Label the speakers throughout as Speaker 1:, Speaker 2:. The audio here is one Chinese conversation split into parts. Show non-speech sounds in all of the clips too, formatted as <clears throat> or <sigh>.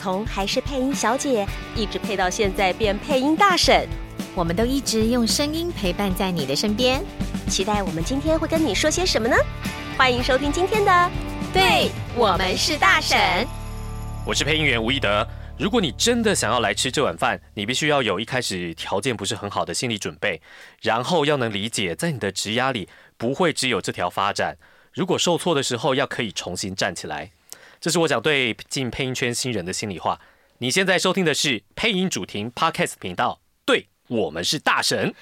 Speaker 1: 从还是配音小姐，一直配到现在变配音大婶，
Speaker 2: 我们都一直用声音陪伴在你的身边。
Speaker 1: 期待我们今天会跟你说些什么呢？欢迎收听今天的，
Speaker 2: 对我们是大婶。
Speaker 3: 我是配音员吴一德。如果你真的想要来吃这碗饭，你必须要有一开始条件不是很好的心理准备，然后要能理解，在你的职涯里不会只有这条发展。如果受挫的时候，要可以重新站起来。这是我想对进配音圈新人的心里话。你现在收听的是配音主题 Podcast 频道，对我们是大神。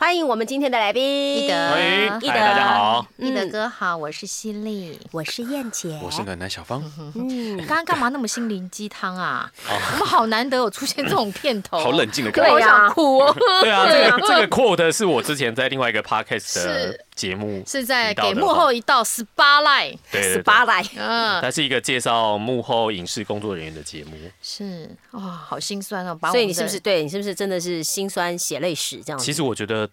Speaker 1: 欢迎我们今天的来宾
Speaker 4: 哎
Speaker 2: 一德
Speaker 3: 喂
Speaker 2: 一
Speaker 1: 德
Speaker 3: 嗨，大家好，
Speaker 2: 你的哥好，我是犀利。
Speaker 1: 我是燕姐，
Speaker 4: 我是暖男小芳，
Speaker 1: 嗯，
Speaker 2: 刚刚干嘛那么心灵鸡汤 <laughs> 啊？我们好难得有出现这种片头，啊
Speaker 4: 好冷静的感
Speaker 2: 对，
Speaker 4: 觉。
Speaker 2: 好想哭 <laughs> 哦。
Speaker 3: 对啊，这个这个 quote 是我之前在另外一个 Podcast 的
Speaker 2: 是
Speaker 3: 节目
Speaker 2: 是在
Speaker 3: 提到
Speaker 2: 给
Speaker 3: 的
Speaker 2: 幕
Speaker 3: 话
Speaker 2: 后一道十八赖。
Speaker 3: 对对
Speaker 1: 十
Speaker 3: 对
Speaker 1: 八来，
Speaker 2: 嗯，
Speaker 3: 它是一个介绍幕后影视工作人员的节目。
Speaker 2: 是哇、好心酸哦。把我
Speaker 1: 所以
Speaker 2: 们
Speaker 1: 你是不
Speaker 2: 的
Speaker 1: 是对你是不是真的是心酸血泪史
Speaker 4: 嗯
Speaker 1: 这样子？
Speaker 3: 其实我觉得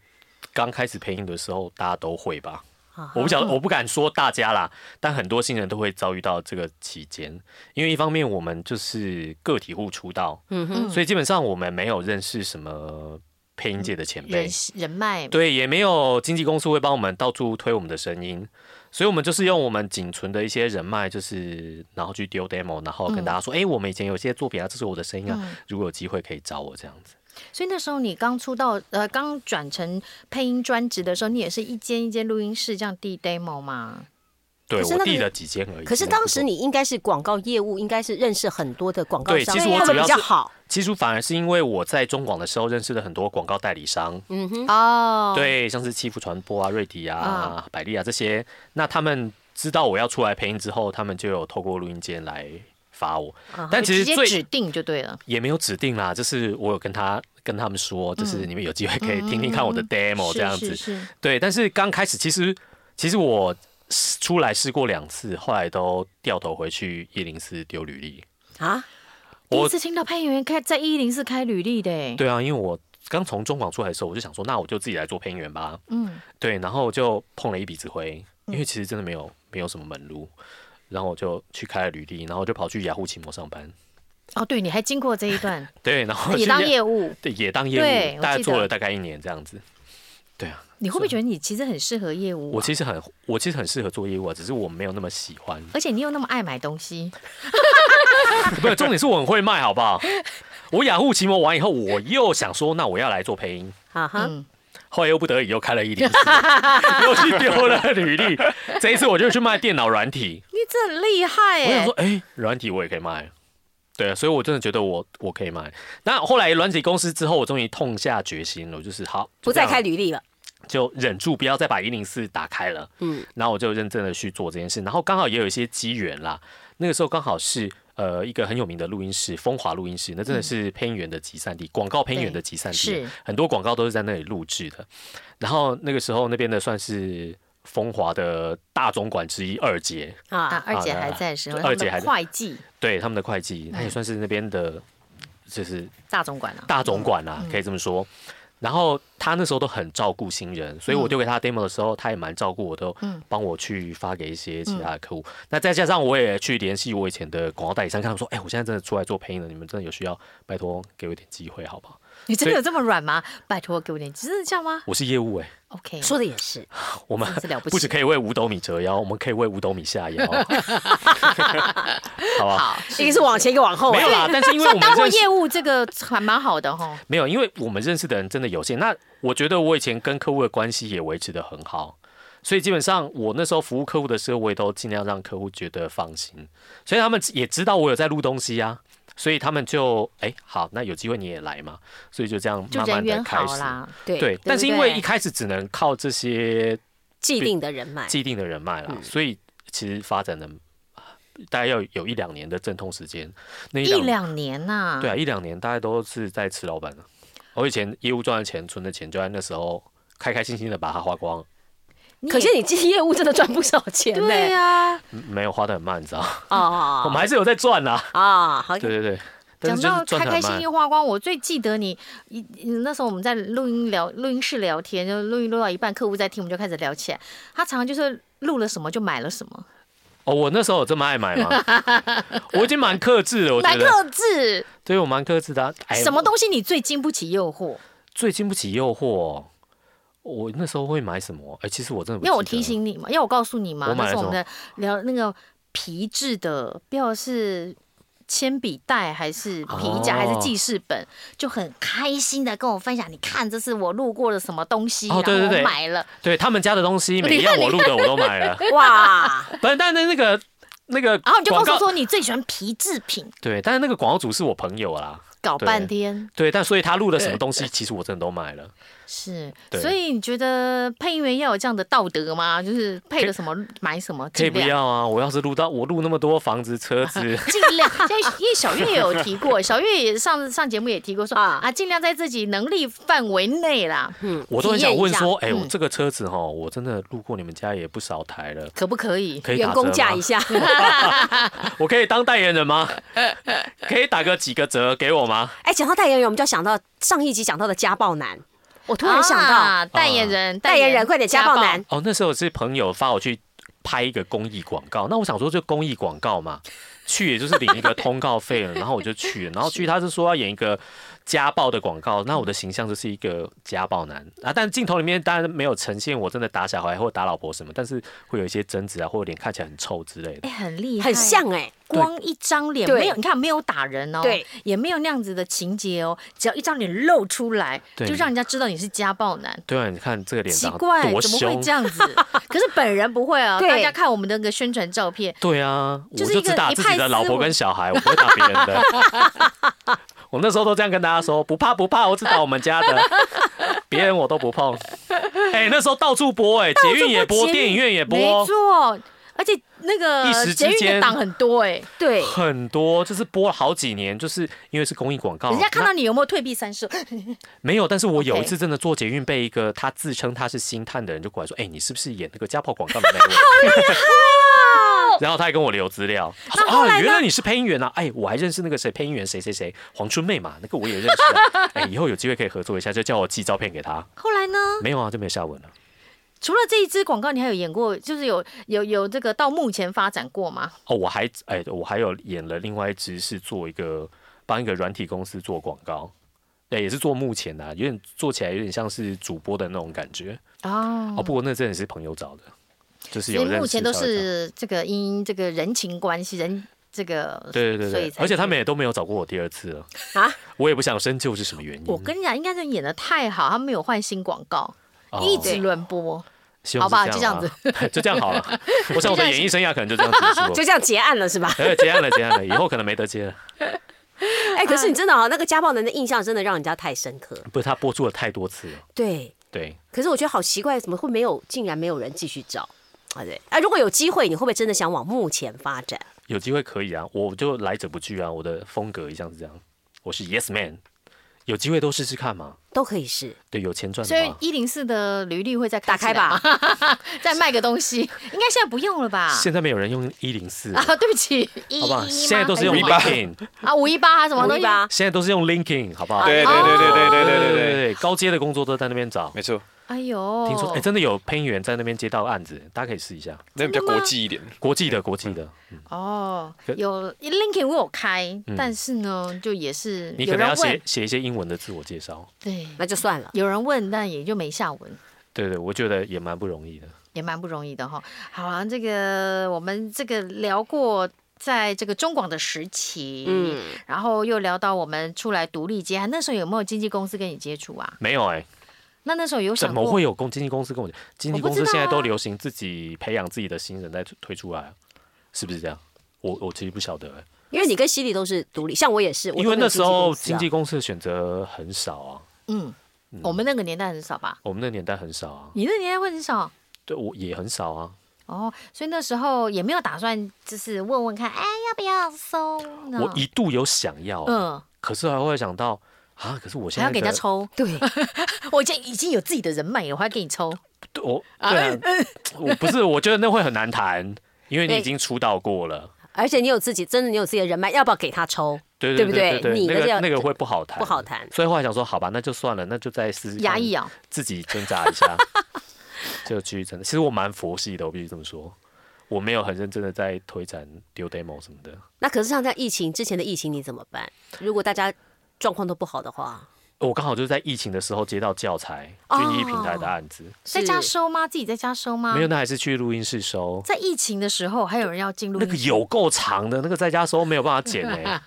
Speaker 3: 刚开始配音的时候，大家都会吧。
Speaker 1: 啊
Speaker 3: 我不晓得，我不敢说大家啦，但很多新人都会遭遇到这个期间，因为一方面我们就是个体户出道，
Speaker 1: 嗯哼，
Speaker 2: 嗯
Speaker 3: 所以基本上我们没有认识什么配音界的前辈
Speaker 2: 人，人脉？
Speaker 3: 对，也没有经纪公司会帮我们到处推我们的声音，所以我们就是用我们仅存的一些人脉，就是然后去丢 demo，然后跟
Speaker 1: 嗯
Speaker 3: 大家说，哎、我们以前有些作品啊，这是我的声音啊，如果有机会可以找我这样子。
Speaker 2: 所以那时候你刚出道，呃，刚转成配音专职的时候，你也是一间一间录音室这样递 demo 嘛？
Speaker 3: 对
Speaker 1: 可是
Speaker 3: 我
Speaker 1: 那个
Speaker 3: 递了几间而已。
Speaker 1: 可是当时你应该是广告业务，应该是认识很多的广告
Speaker 3: 对
Speaker 1: 商，
Speaker 3: 其实
Speaker 1: 他
Speaker 3: 我
Speaker 1: 们
Speaker 3: 主要
Speaker 1: 比较
Speaker 3: 是
Speaker 1: 好。
Speaker 3: 其实反而是因为我在中广的时候认识了很多广告代理商，
Speaker 1: 嗯哼，
Speaker 2: 哦，，
Speaker 3: 对，像是欺负传播啊、瑞迪啊
Speaker 1: 嗯
Speaker 2: 啊、
Speaker 3: 百丽啊这些，那他们知道我要出来配音之后，他们就有透过录音间来发我，
Speaker 1: 嗯
Speaker 3: 但其
Speaker 2: 直
Speaker 3: 实
Speaker 2: 接
Speaker 3: 最
Speaker 2: 指定就对了。
Speaker 3: 也没有指定啦，就是我有跟他跟他们说，就是你们有机会可以听听看我的 demo
Speaker 2: 嗯是
Speaker 3: 这样
Speaker 2: 是
Speaker 3: 子。
Speaker 2: 是，
Speaker 3: 对，但是刚开始其实其实我试出来试过两次，后来都掉头回去一零四丢履历。
Speaker 1: 啊，
Speaker 2: 第一
Speaker 3: 我
Speaker 2: 次听到配音员开在一零四开履历的欸耶，
Speaker 3: 对啊，因为我刚从中广出来的时候，我就想说，那我就自己来做配音员吧。
Speaker 2: 嗯，
Speaker 3: 对，然后我就碰了一笔指挥，因为其实真的没有没有什么门路。然后我就去开了履历，然后就跑去雅虎奇摩上班。
Speaker 2: 哦，对，你还经过这一
Speaker 3: <laughs>
Speaker 2: 段，
Speaker 3: 对，然后
Speaker 2: 也
Speaker 3: 去
Speaker 2: 当
Speaker 3: 雅
Speaker 2: 业务，
Speaker 3: 对也当
Speaker 2: 对
Speaker 3: 业
Speaker 2: 我
Speaker 3: 务，大
Speaker 2: 记
Speaker 3: 概做
Speaker 2: 得
Speaker 3: 了大概一年这样子。对啊，
Speaker 2: 你会不会觉得你其实很适合业务、啊？
Speaker 3: 我其实很，我其实很适合做业务啊，只是我没有那么喜欢。
Speaker 2: 而且你又那么爱买东西，
Speaker 3: 不是，重点是我很会卖，好不好？我雅虎奇摩完以后，我又想说，那我要来做配音，
Speaker 1: 啊哈，
Speaker 2: 嗯，
Speaker 3: 后来又不得已又开了一零四，又去丢了履历。这一次我就去卖电脑软体，
Speaker 2: 你这很厉害
Speaker 3: 我想
Speaker 2: 哎
Speaker 3: 说，，哎、软体我也可以卖。对啊，所以我真的觉得我我可以卖。那后来软体公司之后，我终于痛下决心了，我就是好
Speaker 1: 不再，
Speaker 3: 就这
Speaker 1: 开
Speaker 3: 样
Speaker 1: 履历了。
Speaker 3: 就忍住不要再把一零四打开了。
Speaker 1: 嗯，
Speaker 3: 然后我就认真的去做这件事，然后刚好也有一些机缘啦。那个时候刚好是呃一个很有名的录音室，风华录音室，那真的是配音员的集散地，广告配音员的集散地
Speaker 2: 是，
Speaker 3: 很多广告都是在那里录制的。然后那个时候那边的算是风华的大总管之一二姐，
Speaker 2: 啊
Speaker 1: 啊，，
Speaker 2: 二姐还在的时候，
Speaker 3: 啊
Speaker 2: 他们
Speaker 3: 二姐还在
Speaker 2: 会计
Speaker 3: 对他们的会计，她也算是那边的，就是
Speaker 2: 大总管啊，
Speaker 3: 大总管啦、可以这么说。然后他那时候都很照顾新人，所以我丢给他 demo 的时候，他也蛮照顾我，都
Speaker 2: 嗯
Speaker 3: 帮我去发给一些其他的客户。那再加上我也去联系我以前的广告代理商，跟他们说：“哎、我现在真的出来做配音了，你们真的有需要，拜托给我一点机会好不好
Speaker 2: 你真
Speaker 3: 所
Speaker 2: 的
Speaker 3: 以
Speaker 2: 有这么软吗？拜托给我点，真的这样吗？”
Speaker 3: 我是业务哎、
Speaker 2: ？OK，
Speaker 1: 说的也是，
Speaker 3: 我们
Speaker 2: 真是了不起
Speaker 3: <laughs> 不只可以为五斗米折腰，我们可以为五斗米下哦腰，
Speaker 2: <laughs>
Speaker 3: 好吧？
Speaker 2: 好，
Speaker 1: <laughs> 一个是往前，一个往后啊
Speaker 3: 没。有啦，但是因为我们
Speaker 2: 当过
Speaker 3: 认识
Speaker 2: 业务这个还蛮好的哈，
Speaker 3: 没有，因为我们认识的人真的有限。那我觉得我以前跟客户的关系也维持的很好，所以基本上我那时候服务客户的时候，我也都尽量让客户觉得放心，所以他们也知道我有在录东西啊，所以他们就哎、好，那有机会你也来嘛，所以就这样
Speaker 2: 就
Speaker 3: 慢
Speaker 2: 人
Speaker 3: 慢的
Speaker 2: 缘
Speaker 3: 开
Speaker 2: 好
Speaker 3: 始。
Speaker 2: 啦。
Speaker 1: 对
Speaker 3: 对，但是因为一开始只能靠这些
Speaker 1: 既定的人脉，
Speaker 3: 既定的人脉啦，所以其实发展的大概要有一两年的阵痛时间。那
Speaker 2: 一两年呐、
Speaker 3: 对啊，一两年大概都是在吃老板的。我以前业务赚的钱、存的钱，就在那时候开开心心的把它花光，
Speaker 2: 你也
Speaker 4: 可见你进业务真的赚不少钱呢、
Speaker 1: 啊
Speaker 2: 对啊呀、
Speaker 3: 嗯没有花的很慢，你知道？我
Speaker 4: 哦
Speaker 3: 们还是有在赚呐、
Speaker 4: 哦，好，
Speaker 3: 对对对，啊但
Speaker 2: 哎讲
Speaker 3: 是就是
Speaker 2: 到
Speaker 3: 赚
Speaker 2: 开
Speaker 3: 的
Speaker 2: 开
Speaker 3: 很
Speaker 2: 心
Speaker 3: 慢
Speaker 2: 心。花光，我最记得你，一那时候我们在录音聊录音室聊天，就录音录到一半，客户在听，我们就开始聊起来。他常常就是录了什么就买了什么，
Speaker 3: 哦，我那时候有这么爱买吗？我已经蛮克制了，我
Speaker 2: 买
Speaker 3: 觉得。
Speaker 2: 克制，
Speaker 3: 对我蛮克制的啊、哎
Speaker 2: 什么东西你最经不起诱惑？
Speaker 3: 最经不起诱惑、哦？我那时候会买什么？哎、其实我真的不
Speaker 2: 要我
Speaker 3: 记得
Speaker 2: 提
Speaker 3: 了，
Speaker 2: 醒你嘛，要我告诉你嘛
Speaker 3: 我，
Speaker 2: 那
Speaker 3: 买了
Speaker 2: 是我
Speaker 3: 什
Speaker 2: 们的聊那个皮质的，不知道是铅笔袋还是皮夹、
Speaker 3: 哦
Speaker 2: 还是记事本，就很开心的跟我分享，你看这是我路过的什么东西，
Speaker 3: 哦对
Speaker 2: 然后
Speaker 3: 对
Speaker 2: 我
Speaker 3: 对
Speaker 2: 买了，
Speaker 3: 对他们家的东西，每一样我录的我都买
Speaker 2: <laughs>
Speaker 3: 了。 <laughs>
Speaker 4: 哇，
Speaker 3: 不是，但是那个那个
Speaker 2: 然后你就跟
Speaker 3: 广
Speaker 2: 我
Speaker 3: 告，
Speaker 2: 说你最喜欢皮制品，
Speaker 3: 对，但是那个广告主是我朋友啦，
Speaker 2: 搞半
Speaker 3: 对
Speaker 2: 天
Speaker 3: 对，但所以他录的什么东西，其实我真的都买了。
Speaker 2: 是，
Speaker 3: 对
Speaker 2: 所以你觉得配音员要有这样的道德吗？就是配
Speaker 3: 可以
Speaker 2: 了什么买什么，
Speaker 3: 可以
Speaker 2: 尽
Speaker 3: 不
Speaker 2: 量。
Speaker 3: 要啊！我要是录到我录那么多房子、
Speaker 2: <laughs>
Speaker 3: 车子，
Speaker 2: 尽量，因为因为小月也有提过，小月也上上节目也提过说
Speaker 4: 啊
Speaker 2: 啊，尽量在自己能力范围内啦，
Speaker 4: 嗯
Speaker 3: 我都很想问说，
Speaker 2: 体
Speaker 3: 哎、
Speaker 2: 验一下
Speaker 3: 我
Speaker 2: 嗯
Speaker 3: 这个车子哈，我真的路过你们家也不少台了，
Speaker 2: 可不可以？
Speaker 3: 可以打
Speaker 4: 员
Speaker 3: 折
Speaker 4: 工
Speaker 3: 吗
Speaker 4: 价一下，
Speaker 3: <laughs> 我可以当代言人
Speaker 2: <laughs>
Speaker 3: 吗？可以打个几个折给我吗？
Speaker 4: 哎，讲到代言人，我们就要想到上一集讲到的家暴男，我突然想到、
Speaker 2: 啊代言人，
Speaker 4: 代言人，快点家暴男，，
Speaker 3: 哦，那时候是朋友发我去拍一个公益广告，那我想说就公益广告嘛，去也就是领
Speaker 2: <laughs>
Speaker 3: 一个通告费了，然后我就去了，然后去他是说要演一个家暴的广告，那我的形象就是一个家暴男啊，但镜头里面当然没有呈现我真的打小孩或打老婆什么，但是会有一些争执啊，或者脸看起来很臭之类的
Speaker 2: 哎，。很厉害，
Speaker 4: 很像哎、
Speaker 2: 光一张脸，
Speaker 4: 对
Speaker 2: 没有你看没有打人哦，
Speaker 4: 对，
Speaker 2: 也没有那样子的情节哦，只要一张脸露出来，
Speaker 3: 对
Speaker 2: 就让人家知道你是家暴男。
Speaker 3: 对啊，你看这个脸
Speaker 2: 奇
Speaker 3: 长
Speaker 2: 怪，
Speaker 3: 多
Speaker 2: 怎么
Speaker 3: 凶
Speaker 2: 会这，样
Speaker 4: <laughs>
Speaker 2: 子？可是本人不会啊，
Speaker 4: 对
Speaker 2: 大家看我们的那个宣传照片，
Speaker 3: 对啊，我
Speaker 2: 就是
Speaker 3: 就
Speaker 2: 一个
Speaker 3: 只打
Speaker 2: 一
Speaker 3: 自
Speaker 2: 派
Speaker 3: 己的老
Speaker 2: 斯
Speaker 3: 婆
Speaker 2: 文
Speaker 3: 跟小孩，我不会打别人的。 <laughs> 我那时候都这样跟大家说，不怕不怕，我只打我们家的，别人我都不碰。哎、那时候到处播、哎，捷运也播，
Speaker 2: 捷运
Speaker 3: 电影院也
Speaker 2: 没
Speaker 3: 播，
Speaker 2: 错，而且那
Speaker 3: 一
Speaker 2: 个
Speaker 3: 时之
Speaker 2: 捷运的
Speaker 3: 间
Speaker 2: 档很多哎，
Speaker 4: 对，
Speaker 3: 很多就是播了好几年，就是因为是公益广告。
Speaker 2: 人家看
Speaker 3: 那
Speaker 2: 到你有没有退避三舍？
Speaker 3: 没有？但是我有一
Speaker 2: OK
Speaker 3: 次真的坐捷运，被一个他自称他是星探的人就过来说，哎、你是不是演那个家暴广告的那位？ <laughs> 然后他还跟我留资料，他说：“哦，原来你是配音员啊！哎，我还认识那个谁，配音员谁谁谁，黄春妹嘛，那个我也认识、啊。哎，以后有机会可以合作一下，就叫我寄照片给他。
Speaker 2: 后来呢？
Speaker 3: 没有啊，就没有下文了。
Speaker 2: 除了这一支广告，你还有演过，就是有有有这个到目前发展过吗？
Speaker 3: 哦，我还哎，我还有演了另外一支是做一个帮一个软体公司做广告，对，也是做幕前的、啊，有点做起来有点像是主播的那种感觉。
Speaker 2: 哦
Speaker 3: 哦，，不过那真的是朋友找的，就是
Speaker 2: 所
Speaker 3: 有
Speaker 2: 以
Speaker 3: 认识。
Speaker 2: 目前都
Speaker 3: 稍微找
Speaker 2: 是这个因这个人情关系，人这个
Speaker 3: 对对
Speaker 2: 所
Speaker 3: 对
Speaker 2: 以
Speaker 3: 对，
Speaker 2: 才
Speaker 3: 而且他们也都没有找过我第二次了
Speaker 4: 啊，
Speaker 3: 我也不想深究是什么原因。
Speaker 2: 我跟你讲，应该是演的太好，他们没有换新广告，
Speaker 3: 哦
Speaker 2: 一直轮播。
Speaker 3: 希
Speaker 2: 好
Speaker 3: 望
Speaker 2: 吧
Speaker 3: 是
Speaker 2: 就
Speaker 3: 这样啦， <laughs> 就这样好
Speaker 2: <laughs>
Speaker 3: 了。我想我的演艺生涯可能就这样结束
Speaker 4: 就
Speaker 3: 了。
Speaker 4: 这样结案了是吧？
Speaker 3: 哎，结案了，结案了，以后可能没得接了。
Speaker 4: <laughs> 哎、可是你真的哦，那个家暴男的印象真的让人家太深刻。
Speaker 3: 不是他播出了太多次了，
Speaker 4: 对，
Speaker 3: 对，
Speaker 4: 可是我觉得好奇怪，怎么会没有，竟然没有人继续找啊？对，哎、如果有机会，你会不会真的想往幕前发展？
Speaker 3: 有机会可以啊，我就来者不拒啊，我的风格一向是这样，我是 yes man，有机会都试试看嘛。
Speaker 4: 都可以是，
Speaker 3: 对，有钱赚
Speaker 2: 所以
Speaker 3: 的话，
Speaker 2: 一零四的履历会再
Speaker 4: 打开吧，
Speaker 2: 开起来吗，再卖个东西，应该现在不用了吧？
Speaker 3: 现在没有人用一零四，
Speaker 2: 啊，对不起，一
Speaker 3: 好不好？
Speaker 2: 一
Speaker 3: 现在都是用
Speaker 2: 一吗
Speaker 3: LinkedIn，
Speaker 2: 啊五一八还
Speaker 4: <laughs>
Speaker 2: 是什么东西？
Speaker 4: 吧？
Speaker 3: 现在都是用 LinkedIn，好不好？
Speaker 5: 对对对对对对对对哦对，
Speaker 3: 对，高阶的工作都在那边找。
Speaker 5: 没错，
Speaker 2: 哎呦，
Speaker 3: 听说，哎，真的有配音员在那边接到案子，大家可以试一下，
Speaker 5: 那比较国际一点。
Speaker 3: 国际的，国际的。
Speaker 2: 哦
Speaker 3: 可，
Speaker 2: 有 LinkedIn 我有开，
Speaker 3: 嗯
Speaker 2: 但是呢，就也是
Speaker 3: 你
Speaker 2: 有
Speaker 3: 可能
Speaker 2: 人
Speaker 3: 要写
Speaker 2: 问，
Speaker 3: 写一些英文的自我介绍。
Speaker 2: 对，
Speaker 4: 那就算了。
Speaker 2: 有人问，但也就没下文，
Speaker 3: 对对，我觉得也蛮不容易的。
Speaker 2: 也蛮不容易的哈。好啊，这个我们这个聊过。在这个中广的时期，嗯，然后又聊到我们出来独立接案，那时候有没有经纪公司跟你接触啊？
Speaker 3: 没有哎、
Speaker 2: 那那时候有
Speaker 3: 怎
Speaker 2: 想
Speaker 3: 么
Speaker 2: 过
Speaker 3: 会有公经纪公司跟我讲？经纪公
Speaker 2: 我
Speaker 3: 司
Speaker 2: 不知道啊
Speaker 3: 现在都流行自己培养自己的新人再推推出来啊，是不是这样？我我其实不晓得、欸，
Speaker 4: 因为你跟犀利都是独立，像我也是，我都
Speaker 3: 因为
Speaker 4: 没有
Speaker 3: 那时候
Speaker 4: 经
Speaker 3: 经
Speaker 4: 纪
Speaker 3: 纪公司的选择很少啊，
Speaker 2: 嗯，我们那个年代很少吧？
Speaker 3: 我们那年代很少啊，
Speaker 2: 你那个年代会很少？
Speaker 3: 对我也很少啊，
Speaker 2: 哦，所以那时候也没有打算，就是问问看，哎，要不要收呢？
Speaker 3: 我一度有想要，啊
Speaker 2: 嗯，
Speaker 3: 可是还会想到啊，可是我现
Speaker 2: 还
Speaker 3: 在
Speaker 2: 要给人
Speaker 3: 的
Speaker 2: 家抽，
Speaker 4: 啊对，
Speaker 2: 我已经已经有自己的人脉了，我还给你抽，
Speaker 3: 我对啊、我不是，我觉得那会很难谈，因为你已经出道过了，
Speaker 4: 而且你有自己，真的你有自己的人脉，要不要给他抽？
Speaker 3: 对
Speaker 4: 对
Speaker 3: 对
Speaker 4: 不
Speaker 3: 对
Speaker 4: 对你
Speaker 3: 那
Speaker 4: 的
Speaker 3: 个
Speaker 4: 要
Speaker 3: 那个会不好谈，
Speaker 4: 不好谈
Speaker 3: 所以后来想说，好吧，那就算了，那就再试试
Speaker 2: 压
Speaker 3: 看
Speaker 2: 抑哦，
Speaker 3: 自己挣扎一下， <laughs> 就去真的。其实我蛮佛系的，我必须这么说，我没有很认真的在推展丢 demo 什么的。
Speaker 4: 那可是像在疫情之前的疫情，你怎么办？如果大家状况都不好的话，
Speaker 3: 我刚好就是在疫情的时候接到教材
Speaker 2: 哦
Speaker 3: 军医平台的案子，
Speaker 2: 在家
Speaker 4: 是
Speaker 2: 收吗？自己在家收吗？
Speaker 3: 没有，那还是去录音室收。
Speaker 2: 在疫情的时候，还有人要进入
Speaker 3: 那个有够长的，那个在家收没有办法
Speaker 4: <laughs>
Speaker 3: 剪哎、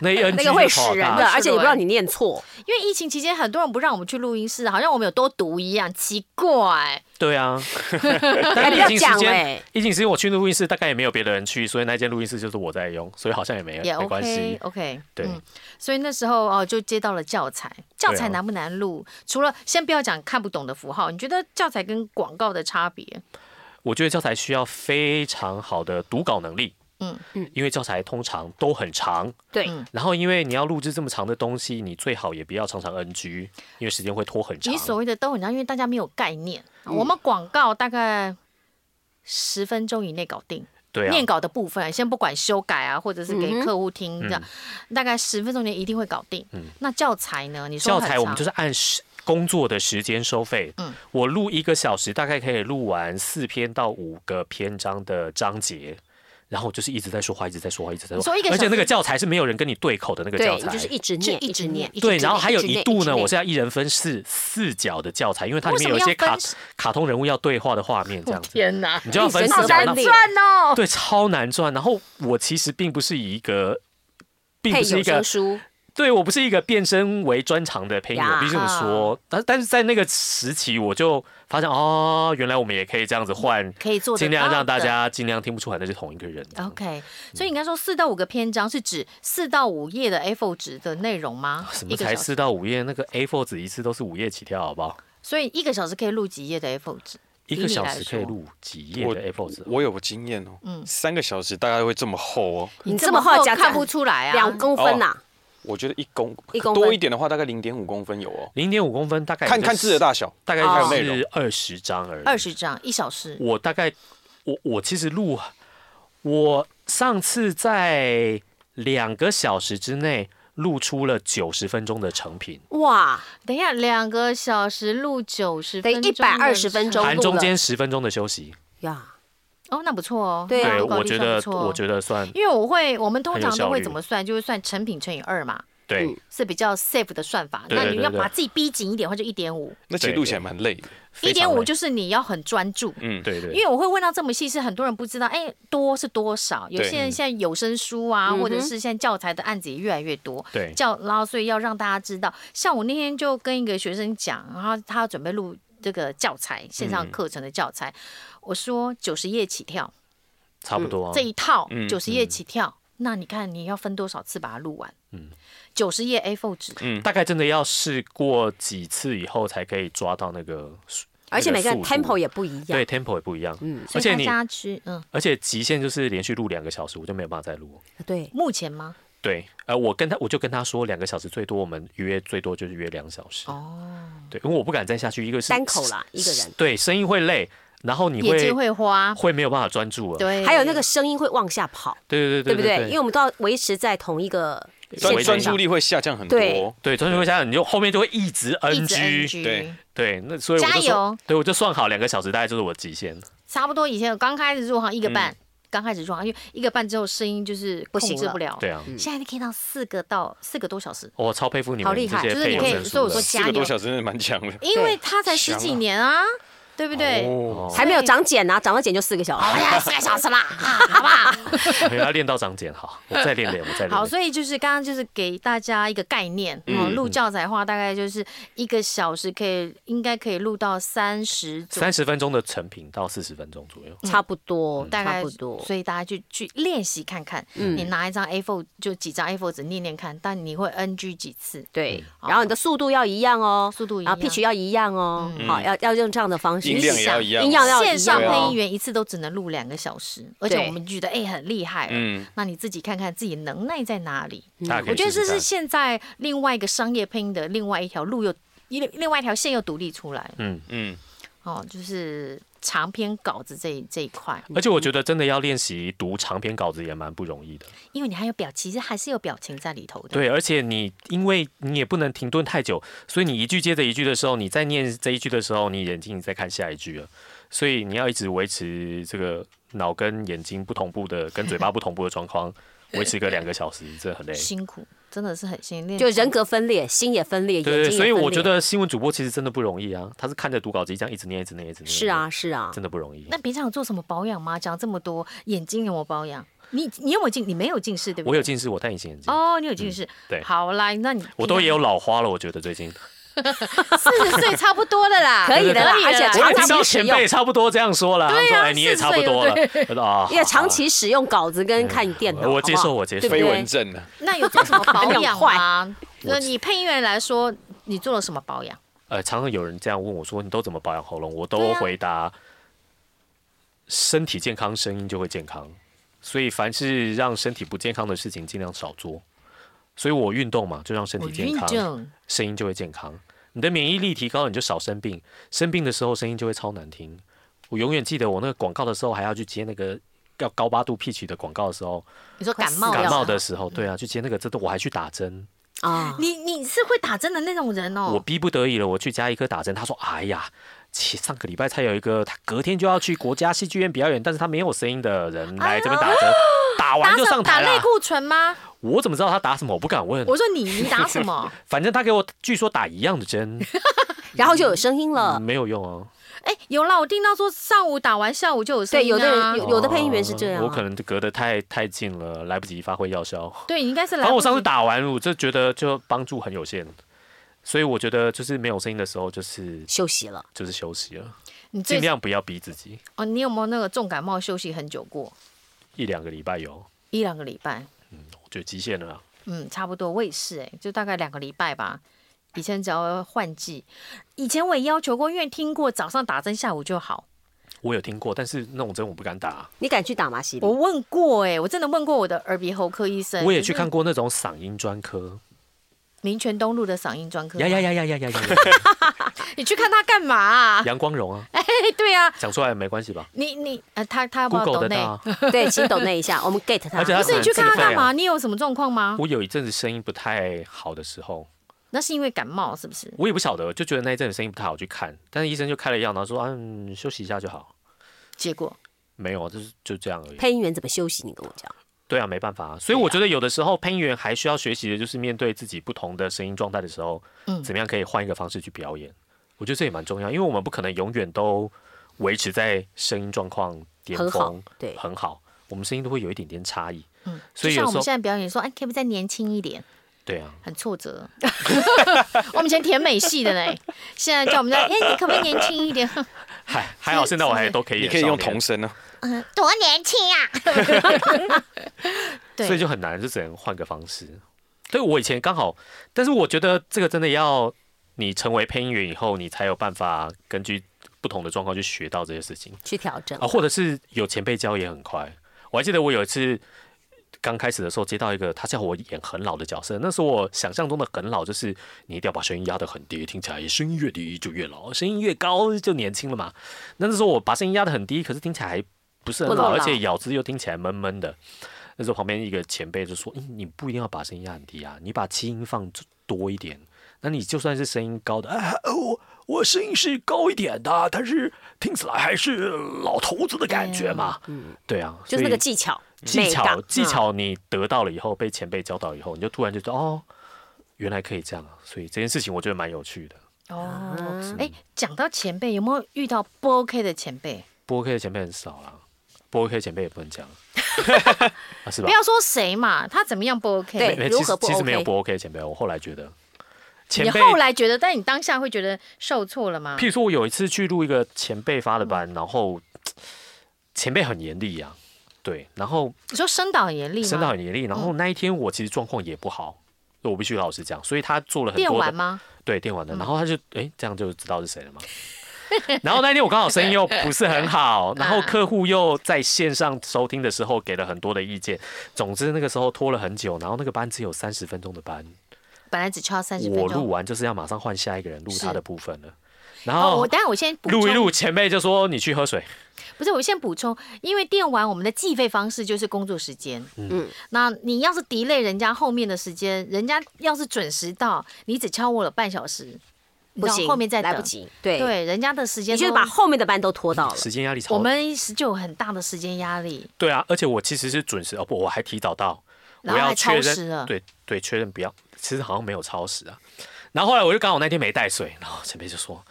Speaker 3: 那一 NG
Speaker 4: 那个会
Speaker 3: 就跑
Speaker 4: 使人
Speaker 3: 大
Speaker 4: 的，
Speaker 2: 是
Speaker 4: 而且你不
Speaker 2: 对
Speaker 4: 知道你念错，
Speaker 2: 因为疫情期间很多人不让我们去录音室，好像我们有多毒一样，奇怪。
Speaker 3: 对啊，
Speaker 4: 哎
Speaker 3: 但
Speaker 4: 不
Speaker 3: 是
Speaker 4: 要
Speaker 3: 疫情时
Speaker 4: 讲
Speaker 3: 间
Speaker 4: 欸，
Speaker 3: 疫情时间我去录音室，大概也没有别的人去，所以那间录音室就是我在用，所以好像也没
Speaker 2: 也
Speaker 3: 没关
Speaker 2: OK
Speaker 3: 系。
Speaker 2: OK，
Speaker 3: 对
Speaker 4: 嗯
Speaker 2: 所以那时候哦，就接到了教材。教
Speaker 3: 啊
Speaker 2: 材难不难录？除了先不要讲看不懂的符号，你觉得教材跟广告的差别？
Speaker 3: 我觉得教材需要非常好的读稿能力，
Speaker 2: 嗯
Speaker 3: 嗯，因为教材通常都很长，
Speaker 4: 对
Speaker 2: 嗯
Speaker 3: 然后因为你要录制这么长的东西，你最好也不要常常 NG，因为时间会拖很长嗯
Speaker 2: 你。所谓的都很长，因为大家没有概念。我们广告大概十分钟以内搞定。
Speaker 3: 对啊，嗯
Speaker 2: 念稿的部分，先不管修改啊，或者是给客户听这样，大概十分钟内一定会搞定。那教材呢？你说
Speaker 3: 嗯教
Speaker 2: 很
Speaker 3: 材我们就
Speaker 2: 长
Speaker 3: 是按时工作的时间收费。
Speaker 2: 嗯
Speaker 3: 我录一个小时，大概可以录完四篇到五个篇章的章节。然后我就是一直在说话，一直在说话，一直在说
Speaker 2: 你
Speaker 3: 话
Speaker 2: 说一个。
Speaker 3: 而且
Speaker 2: 小
Speaker 3: 那个
Speaker 2: 时
Speaker 3: 教材是没有人跟你对口的那个教
Speaker 4: 对，
Speaker 3: 材
Speaker 4: 你，就是一直
Speaker 2: 就
Speaker 4: 念，
Speaker 2: 一直念
Speaker 4: 一直
Speaker 3: 对，
Speaker 4: 念
Speaker 3: 然后还有
Speaker 4: 直
Speaker 3: 一
Speaker 4: 念
Speaker 3: 度呢，
Speaker 4: 直
Speaker 3: 我是
Speaker 4: 念
Speaker 3: 要一人分饰四角的教材，因为它里面有
Speaker 2: 为
Speaker 3: 一
Speaker 2: 什么
Speaker 3: 些
Speaker 2: 要分
Speaker 3: 卡
Speaker 2: 饰
Speaker 3: 卡通人物要对话的画面，这样子，
Speaker 2: 天哪，
Speaker 3: 你就要分
Speaker 4: 你
Speaker 3: 四
Speaker 4: 神
Speaker 3: 角。
Speaker 4: 色
Speaker 3: 那
Speaker 4: 难
Speaker 2: 赚哦。
Speaker 3: 对，超难赚。然后我其实并不是以一个，并
Speaker 4: 配
Speaker 3: 不是
Speaker 4: 有
Speaker 3: 一个嗯
Speaker 4: 声书，
Speaker 3: 对我不是一个变身为专长的配音员，
Speaker 4: 呀
Speaker 3: 我必须这么
Speaker 2: 嗯
Speaker 3: 说。但但是在那个时期，我就发现哦，原来我们也可以这样子换，
Speaker 2: 可以做得
Speaker 3: 尽量
Speaker 2: 到
Speaker 3: 让大
Speaker 2: 的嗯
Speaker 3: 家嗯尽量听不出来那是同一个人。
Speaker 2: OK，所以你刚说四到五个篇章是指四到五页的 A4 纸的内容吗？
Speaker 3: 哦什
Speaker 2: 一
Speaker 3: 么
Speaker 2: 个
Speaker 3: 才
Speaker 2: 小时？
Speaker 3: 四到五页？那个 A4 纸一次都是五页起跳，好不好？
Speaker 2: 所以一个小时可以录几页的 A4 纸？
Speaker 3: 一
Speaker 2: 以
Speaker 3: 个
Speaker 2: 你
Speaker 3: 小
Speaker 2: 来
Speaker 3: 时可以
Speaker 2: 说
Speaker 3: 录几页的 A4 纸？
Speaker 5: 我有个经验哦，
Speaker 4: 嗯
Speaker 5: 三个小时大概会这么厚哦。
Speaker 4: 你
Speaker 2: 这
Speaker 4: 这么
Speaker 2: 厚
Speaker 4: 厚讲
Speaker 2: 看不出来啊。
Speaker 4: 两公
Speaker 3: 哦
Speaker 4: 分呐，
Speaker 5: 我觉得一公
Speaker 4: 一公分哎
Speaker 5: 多一点的话，大概零点五公分有哦。
Speaker 3: 零点五公分，大概也
Speaker 5: 看
Speaker 3: 就
Speaker 5: 看字的大小，
Speaker 3: 大概
Speaker 5: 还有内
Speaker 3: 就
Speaker 5: 容
Speaker 3: 是二十张而已。
Speaker 2: 二十张一小时，
Speaker 3: 我大概我我其实录，我上次在两个小时之内录出了九十分钟的成品，
Speaker 4: 哇，
Speaker 2: 等一下两个小时录九十
Speaker 4: 等
Speaker 2: 分
Speaker 4: 于
Speaker 2: 钟，
Speaker 4: 120分钟都录了
Speaker 3: 含中间十分钟的休息。
Speaker 4: 呀，
Speaker 2: 哦，那不错哦。
Speaker 4: 对啊
Speaker 2: 那广告
Speaker 3: 我
Speaker 2: 率
Speaker 3: 觉
Speaker 2: 算不
Speaker 3: 得
Speaker 2: 错哦
Speaker 3: 我觉得算
Speaker 2: 因为我会，我们通
Speaker 3: 很有
Speaker 2: 常
Speaker 3: 效
Speaker 2: 都会
Speaker 3: 率
Speaker 2: 怎么算？就是算成品乘以二嘛，
Speaker 3: 对。
Speaker 4: 嗯
Speaker 2: 是比较 safe 的算法。
Speaker 3: 对对
Speaker 2: 那
Speaker 3: 对
Speaker 2: 你要
Speaker 3: 对
Speaker 2: 把自己逼紧一点，或者一点五，
Speaker 5: 那其实录起来蛮累的。
Speaker 2: 一
Speaker 3: 非
Speaker 2: 点
Speaker 3: 常
Speaker 2: 五
Speaker 3: 累
Speaker 2: 就是你要很专注。
Speaker 5: 嗯，
Speaker 3: 对对
Speaker 2: 因为我会问到这么细，是很多人不知道，哎，多是多少？有
Speaker 5: 对
Speaker 2: 些
Speaker 3: 嗯
Speaker 2: 人现在有声书啊，
Speaker 4: 嗯哼
Speaker 2: 或者是现在教材的案子也越来越多，
Speaker 3: 对
Speaker 2: 教，然后所以要让大家知道。像我那天就跟一个学生讲，然后他准备录这个教材，线
Speaker 3: 嗯
Speaker 2: 上课程的教材，我说九十页起跳，
Speaker 3: 差不多啊、
Speaker 2: 这一套
Speaker 5: 嗯
Speaker 2: 九十页起跳，那你看你要分多少次把它录完？嗯
Speaker 3: 嗯，
Speaker 2: 九十页 A4 纸，
Speaker 4: 嗯
Speaker 3: 大概真的要试过几次以后才可以抓到那个速，
Speaker 4: 而且每个人
Speaker 3: 那速度
Speaker 4: tempo 也不一样，
Speaker 3: 对 tempo 也不一样，
Speaker 4: 嗯
Speaker 3: 而且
Speaker 2: 所以
Speaker 3: 你
Speaker 2: 大家去嗯，
Speaker 3: 而且极限就是连续录两个小时，我就没有办法再录。
Speaker 4: 对，
Speaker 2: 目前吗？
Speaker 3: 对，呃，我跟他我就跟他说两个小时最多，我们约最多就是约两个小时。哦，对，因为我不敢再下去，一个是
Speaker 4: 单口啦，一个人，
Speaker 3: 对，声音会累，然后你
Speaker 2: 眼
Speaker 3: 会
Speaker 2: 睛会花，
Speaker 3: 会没有办法专注了。
Speaker 2: 对，
Speaker 4: 还有那个声音会往下跑，对
Speaker 3: 对对对
Speaker 4: 不
Speaker 3: 对
Speaker 4: 对？因为我们都要维持在同一个
Speaker 3: 对
Speaker 5: 专
Speaker 3: 对
Speaker 5: 专注力会下降很多哦。
Speaker 3: 对，专注会下，你就后面就会一直
Speaker 2: 一直
Speaker 3: NG。
Speaker 2: NG
Speaker 5: 对。
Speaker 3: 对，那所以我
Speaker 2: 加
Speaker 3: 就
Speaker 2: 油
Speaker 3: 说，对我就算好两个小时，大概就是我极限了。
Speaker 2: 差不多以前我刚开始入行一个
Speaker 3: 嗯
Speaker 2: 半，刚开始入行，因为一个半之后声音就是
Speaker 4: 不
Speaker 2: 控
Speaker 4: 行
Speaker 2: 制
Speaker 4: 了
Speaker 2: 不了。
Speaker 3: 对啊，
Speaker 2: 现在可以到四个到四个多小时，
Speaker 3: 我超佩服你
Speaker 4: 好
Speaker 3: 们
Speaker 4: 厉
Speaker 3: 这
Speaker 4: 害
Speaker 3: 些
Speaker 2: 就是你
Speaker 3: 配有
Speaker 2: 可以
Speaker 3: 声
Speaker 2: 所以
Speaker 3: 书
Speaker 2: 我
Speaker 3: 的
Speaker 2: 说。
Speaker 5: 四个多小时真的蛮强的。
Speaker 2: 因为他才十几年啊，对不对？
Speaker 5: 哦，
Speaker 4: 还没有长茧啊呐，长了茧就四个小时。
Speaker 2: 哎呀，四个小时啦，啊好吧。
Speaker 3: 没 <laughs> 有要练到长茧，好，我再练练，我再练
Speaker 2: 好，
Speaker 3: 练。
Speaker 2: 所以就是刚刚就是给大家一个概念，哦，录教材的话大概就是一个小时可以，应该可以录到三十左右
Speaker 3: 三。十分钟的成品到四十分钟左右，
Speaker 4: 差不多，
Speaker 2: 嗯大概
Speaker 4: 差不多。
Speaker 2: 所以大家就去练习看看。你拿一张 A4 就几张 A4 纸念念看，但你会 NG 几次？
Speaker 4: 对，
Speaker 2: 嗯
Speaker 4: 然后你的速度要一样哦，
Speaker 2: 速度一
Speaker 4: 然
Speaker 2: 样
Speaker 5: 啊
Speaker 3: 嗯
Speaker 4: 后 pitch 要一样哦，好，要要用这样的方式。
Speaker 5: 音量也要一样。
Speaker 4: 音量要
Speaker 2: 线上
Speaker 4: 一样
Speaker 2: 配
Speaker 4: 哦
Speaker 2: 音员一次都只能录两个小时，而且
Speaker 4: 对
Speaker 2: 我们觉得哎、很厉害，
Speaker 5: 嗯，
Speaker 2: 那你自己看看自己能耐在哪里。
Speaker 4: 嗯
Speaker 3: 大家可
Speaker 2: 我
Speaker 3: 以
Speaker 2: 觉得这
Speaker 3: 试
Speaker 2: 是
Speaker 3: 试看。
Speaker 2: 现在另外一个商业配音的另外一条路又一另外一条线又独立出来
Speaker 3: 嗯，
Speaker 5: 嗯，
Speaker 2: 哦，就是长篇稿子这一这一块，
Speaker 4: 嗯
Speaker 3: 而且我觉得真的要练习读长篇稿子也蛮不容易的。
Speaker 2: 因为你还有表，其实还是有表情在里头的。
Speaker 3: 对，而且你因为你也不能停顿太久，所以你一句接着一句的时候，你在念这一句的时候，你眼睛在看下一句了，所以你要一直维持这个脑跟眼睛不同步的、跟嘴巴不同步的状况，维持个两个小时，这很累。
Speaker 2: 辛苦，真的是很辛苦。
Speaker 4: 就人格分裂，心也分裂，眼睛
Speaker 3: 对
Speaker 4: 也
Speaker 3: 对，
Speaker 4: 分裂。
Speaker 3: 所以我觉得新闻主播其实真的不容易啊，他是看着读稿机这样一直念、一直念、一直念。
Speaker 4: 是啊，，是啊，
Speaker 3: 真的不容易。
Speaker 2: 那平常有做什么保养吗？讲这么多，眼睛有没有保养？你你有没有近？你没有近视对不对？
Speaker 3: 我有近视，我戴隐形眼镜，
Speaker 2: 哦，你有近视。
Speaker 3: 对
Speaker 2: 好啦，那你
Speaker 3: 我都也有老花了，我觉得最近。
Speaker 2: 四十岁差不多了啦，
Speaker 4: <laughs> 可以的啦
Speaker 2: 可以
Speaker 4: 而且
Speaker 3: 我
Speaker 4: 常
Speaker 3: 也听
Speaker 4: 常
Speaker 3: 到
Speaker 4: 不使
Speaker 3: 前
Speaker 4: 用
Speaker 3: 辈差不多这样说了，他们说：“
Speaker 2: 啊
Speaker 3: 哎，你也
Speaker 2: 40
Speaker 3: 差不
Speaker 2: 岁
Speaker 3: 多
Speaker 2: 了
Speaker 3: 了。”我说：“啊，
Speaker 4: 因为
Speaker 3: 好
Speaker 4: 长
Speaker 3: 好
Speaker 4: 期使用稿子跟看电脑，
Speaker 3: 我接
Speaker 4: 好不好
Speaker 3: 受，我接
Speaker 4: 对不。
Speaker 3: 受
Speaker 4: 对
Speaker 5: 飞蚊症啊，
Speaker 2: 那有做什
Speaker 4: <laughs>
Speaker 2: 么保养
Speaker 4: 你
Speaker 2: 吗？那你配音员来说，你做了什么保养？
Speaker 3: 呃，常常有人这样问我说：“你都怎么保养喉咙？”我
Speaker 2: 对
Speaker 3: 都
Speaker 2: 啊
Speaker 3: 回答：身体健康，声音就会健康。所以，凡是让身体不健康的事情，尽量少做。所以我运动嘛，就让身体健
Speaker 2: 运
Speaker 3: 康，
Speaker 2: 动，
Speaker 3: 声音就会健康。你的免疫力提高了，你就少生病。生病的时候，声音就会超难听。我永远记得，我那个广告的时候，还要去接那个要高八度 pitch 的广告的时候，
Speaker 2: 你说感冒
Speaker 4: 哦
Speaker 2: 了
Speaker 3: 感冒的时候，对啊，去接那个，这都我还去打针。
Speaker 4: 啊，
Speaker 2: 你你是会打针的那种人
Speaker 3: 我
Speaker 2: 哦。
Speaker 3: 逼不得已了，我去加医科打针。他说：“哎呀，其上个礼拜才有一个，他隔天就要去国家戏剧院表演，但是他没有声音的人来这边打
Speaker 4: 啊
Speaker 3: 针，打完
Speaker 2: 打
Speaker 3: 就
Speaker 2: 什
Speaker 3: 上
Speaker 2: 么？打
Speaker 3: 台
Speaker 2: 类
Speaker 3: 了。
Speaker 2: 固醇吗？
Speaker 3: 我怎么知道他打什么？我不敢问。
Speaker 2: 我说你你打什么？
Speaker 3: 反正他给我据说打一样的
Speaker 4: <laughs>
Speaker 3: 针，
Speaker 4: 然后就有声音了。
Speaker 3: 没有用哦。
Speaker 2: 哎，有啦，我听到说上午打完下午就有声
Speaker 4: 对，
Speaker 2: 音啊
Speaker 4: 有的人有有的配音员是这样啊，
Speaker 3: 我可能隔得太太近了，来不及发挥药效。
Speaker 2: 对，你应该是来
Speaker 3: 反
Speaker 2: 不及。
Speaker 3: 正我上次打完，我就觉得就帮助很有限，所以我觉得就是没有声音的时候，就是
Speaker 4: 休息了。
Speaker 3: 就是休息了，
Speaker 2: 你
Speaker 3: 尽
Speaker 2: 最
Speaker 3: 量不要逼自己。
Speaker 2: 哦，你有没有那个重感冒休息很久过
Speaker 3: 一两个礼拜有，
Speaker 2: 一两个礼拜？
Speaker 3: 我觉得极限了啊啦。
Speaker 2: 嗯，差不多，我也是哎、就大概两个礼拜吧。以前只要换季，以前我也要求过，因为听过早上打针，下午就好。
Speaker 3: 我有听过，但是那种针我不敢打。
Speaker 4: 你敢去打麻西
Speaker 2: 我问过哎、我真的问过我的耳鼻喉科医生，
Speaker 3: 我也去看过那种嗓音专科，
Speaker 2: 民权东路的嗓音专科。
Speaker 3: 呀呀呀呀呀呀呀，
Speaker 2: <laughs> 你去看他干嘛、啊？
Speaker 3: 杨光荣啊，
Speaker 2: 嘿 <laughs> 对啊，
Speaker 3: 讲出来没关系吧
Speaker 2: 你你呃，他他要不要抖
Speaker 3: ？Google 得
Speaker 2: 内
Speaker 3: 到？啊。
Speaker 4: 对，请抖那一
Speaker 3: <laughs>
Speaker 4: 下，我们 get 他
Speaker 3: 而且。他
Speaker 2: 不是你去看他干
Speaker 3: 自费
Speaker 2: 嘛？
Speaker 3: 啊
Speaker 2: 你有什么状况吗？ <laughs>
Speaker 3: 我有一阵子声音不太好的时候，
Speaker 2: 那是因为感冒是不是？
Speaker 3: 我也不晓得，就觉得那一阵子声音不太好去看，但是医生就开了药，然后说啊嗯休息一下就好。
Speaker 2: 结果
Speaker 3: 没有，就是就这样而已。
Speaker 4: 配音员怎么休息？你跟我讲，
Speaker 3: 对啊，没办法、啊，所以我觉得有的时候配音员还需要学习的就是面对自己不同的声音状态的时候，
Speaker 2: 嗯
Speaker 3: 怎么样可以换一个方式去表演。我觉得这也蛮重要，因为我们不可能永远都维持在声音状况巅
Speaker 4: 很好
Speaker 3: 峰，
Speaker 4: 对
Speaker 3: 很好，我们声音都会有一点点差异。
Speaker 2: 嗯，
Speaker 3: 所
Speaker 2: 就
Speaker 3: 以
Speaker 2: 像
Speaker 3: 有
Speaker 2: 我
Speaker 3: 时
Speaker 2: 们
Speaker 3: 候
Speaker 2: 现在表演说，哎，可不可以再年轻一点？
Speaker 3: 对啊，
Speaker 2: 很挫折。 <laughs> 我们以前甜美系的呢，现在叫我们在，哎、你可不可以年轻一
Speaker 3: <laughs>
Speaker 2: 点？
Speaker 3: 还还好，现在我还都可以，
Speaker 5: 你可以用童，声啊，
Speaker 2: 嗯，多年轻啊！对
Speaker 3: 所以就很难，就只能换个方式。对我以前刚好，但是我觉得这个真的要你成为配音员以后，你才有办法根据不同的状况去学到这些事情。
Speaker 4: 去调整
Speaker 3: 啊，。或者是有前辈教也很快。我还记得我有一次刚开始的时候接到一个，他叫我演很老的角色，那时候我想象中的很老就是你一定要把声音压得很低，听起来声音越低就越老，声音越高就年轻了嘛。那那时候我把声音压得很低，可是听起来还不是很
Speaker 4: 不
Speaker 3: 老，
Speaker 4: 老
Speaker 3: 而且咬字又听起来闷闷的。那时候旁边一个前辈就说：“嗯，你不一定要把声音压很低啊，你把气音放多一点。那你就算是声音高的，啊，呃我我声音是高一点的，但是听起来还是老头子的感觉嘛。对啊，
Speaker 4: 嗯就是那个
Speaker 3: 所
Speaker 4: 技
Speaker 3: 以
Speaker 4: 巧，
Speaker 3: 技
Speaker 4: 美
Speaker 3: 巧
Speaker 4: 感，嗯
Speaker 3: 技巧你得到了以后，被前辈教导以后，你就突然就知道哦，原来可以这样啊。所以这件事情我觉得蛮有趣的。
Speaker 2: 哦，哎、讲到前辈，有没有遇到不 OK 的前辈？
Speaker 3: 播 K 的前辈很少啦，播 K 前辈也不能讲，
Speaker 4: <laughs>
Speaker 3: 啊是
Speaker 2: 不？
Speaker 3: 吧
Speaker 2: 要说谁嘛，他怎么样不 OK？
Speaker 4: 对
Speaker 3: 没
Speaker 4: 如
Speaker 3: 其实
Speaker 4: 何不
Speaker 3: 其实没有
Speaker 4: OK？
Speaker 3: 播 OK 的前辈，我后来觉得
Speaker 2: 你
Speaker 3: 前辈
Speaker 2: 后来觉得，但你当下会觉得受挫了吗
Speaker 3: 譬？如说，我有一次去录一个前辈发的
Speaker 2: 嗯
Speaker 3: 班，然后前辈很严厉啊，对，然后
Speaker 2: 你说声导很严厉吗？嗯
Speaker 3: 声道很严厉，然后那一天我其实状况也不好，我必须老实讲，所以他做了很
Speaker 2: 电
Speaker 3: 多
Speaker 2: 玩
Speaker 3: 的
Speaker 2: 吗？嗯 <laughs>
Speaker 3: 对电玩的，然后他就哎、诶这样就知道是谁了嘛。然后那天我刚好声音又不是
Speaker 2: <laughs>
Speaker 3: 很
Speaker 2: 啊
Speaker 3: 好，然后客户又在线上收听的时候给了很多的意见。总之那个时候拖了很久，然后那个班只有三十分钟的班，
Speaker 2: 本来只敲三十分
Speaker 3: 我录
Speaker 2: 钟。
Speaker 3: 完就是要马上换下一个人录他的部分了。然
Speaker 2: 哦，
Speaker 3: 后
Speaker 2: 我当然我先补充
Speaker 3: 录一录，前辈就说你去喝水。
Speaker 2: 不是我先补充，因为电玩我们的计费方式就是工作时间，嗯，那你要是 delay 人家后面的时间，人家要是准时到，你只敲我了半小时，
Speaker 4: 不
Speaker 2: 然后
Speaker 4: 行，
Speaker 2: 后面再等
Speaker 4: 来不。及，对，
Speaker 2: 对，人家的时间
Speaker 4: 你就是
Speaker 2: 都
Speaker 4: 把后面的班都拖到了。
Speaker 3: 时间压力超
Speaker 2: 我们就有很大的时间压力，
Speaker 3: 对啊，而且我其实是准时，哦不，我还提早到，
Speaker 2: 然
Speaker 3: 我
Speaker 2: 后
Speaker 3: 要
Speaker 2: 还超
Speaker 3: 确
Speaker 2: 时了
Speaker 3: 认，对对，确认不要，其实好像没有超时啊。然后后来我就刚好那天没带水，然后前辈就说：“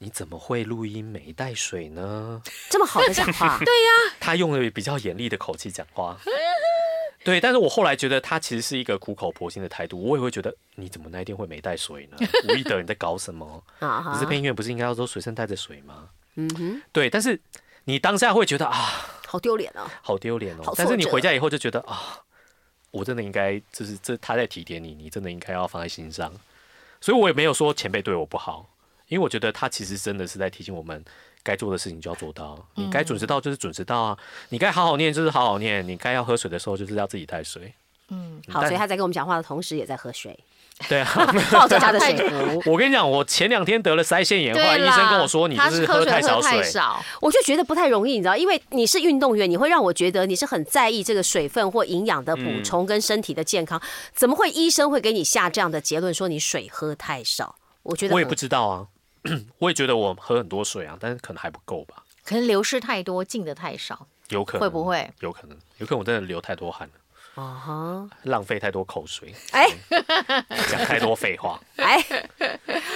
Speaker 3: 你怎么会录音没带水
Speaker 2: <laughs>
Speaker 3: 呢
Speaker 4: 这么好的讲
Speaker 3: <laughs>
Speaker 4: 话，？”
Speaker 3: 他用了比较严厉的口气讲话。 <laughs> 对，但是我后来觉得他其实是一个苦口婆心的态度，我也会觉得你怎么那一天会没带水
Speaker 2: <laughs>
Speaker 3: 呢？吴一德你在搞什么？
Speaker 4: 对啊
Speaker 3: 可是
Speaker 4: 哈，
Speaker 3: 配音员不是应该要说随身带着水吗？
Speaker 4: 嗯哼，
Speaker 3: 对，但是你当下会觉得啊，
Speaker 4: 好丢脸哦。
Speaker 3: 好丢脸哦
Speaker 4: 好。
Speaker 3: 但是你
Speaker 4: 挫折
Speaker 3: 回家以后就觉得啊，我真的应该就是这他在提点你，你真的应该要放在心上。所以我也没有说前辈对我不好，因为我觉得他其实真的是在提醒我们。该做的事情就要做到，你该准时到就是准时到啊，你该好好念就是好好念，你该要喝水的时候就是要自己带水。
Speaker 2: 嗯，
Speaker 4: 好，
Speaker 3: 但
Speaker 4: 所以他在跟我们讲话的同时，也在喝
Speaker 3: <laughs>
Speaker 4: 水，
Speaker 3: 对啊，
Speaker 4: 抱着他的水壶，
Speaker 3: 我跟你讲，我前两天得了腮腺炎，后来医生跟我说你就
Speaker 2: 啊他
Speaker 3: 是
Speaker 2: 喝
Speaker 3: 喝太少
Speaker 2: 喝
Speaker 3: 水
Speaker 2: 太，少，
Speaker 4: 我就觉得不太容易，你知道，因为你是运动员，你会让我觉得你是很在意这个水分或营养的补充跟身体的健康，怎么会医生会给你下这样的结论，说你水喝太少？我觉得
Speaker 3: 我也
Speaker 4: 很
Speaker 3: 不知道啊， <clears throat> 我也觉得我喝很多水啊，但是可能还不够吧，
Speaker 2: 可能流失太多，进的太少，
Speaker 3: 有可能
Speaker 2: 会不会？
Speaker 3: 有可能，有可能我真的流太多汗了。
Speaker 4: 啊
Speaker 3: 浪费太多口水，
Speaker 4: 哈，
Speaker 3: <laughs>
Speaker 4: 哎
Speaker 3: 讲太多废话。
Speaker 4: 哎，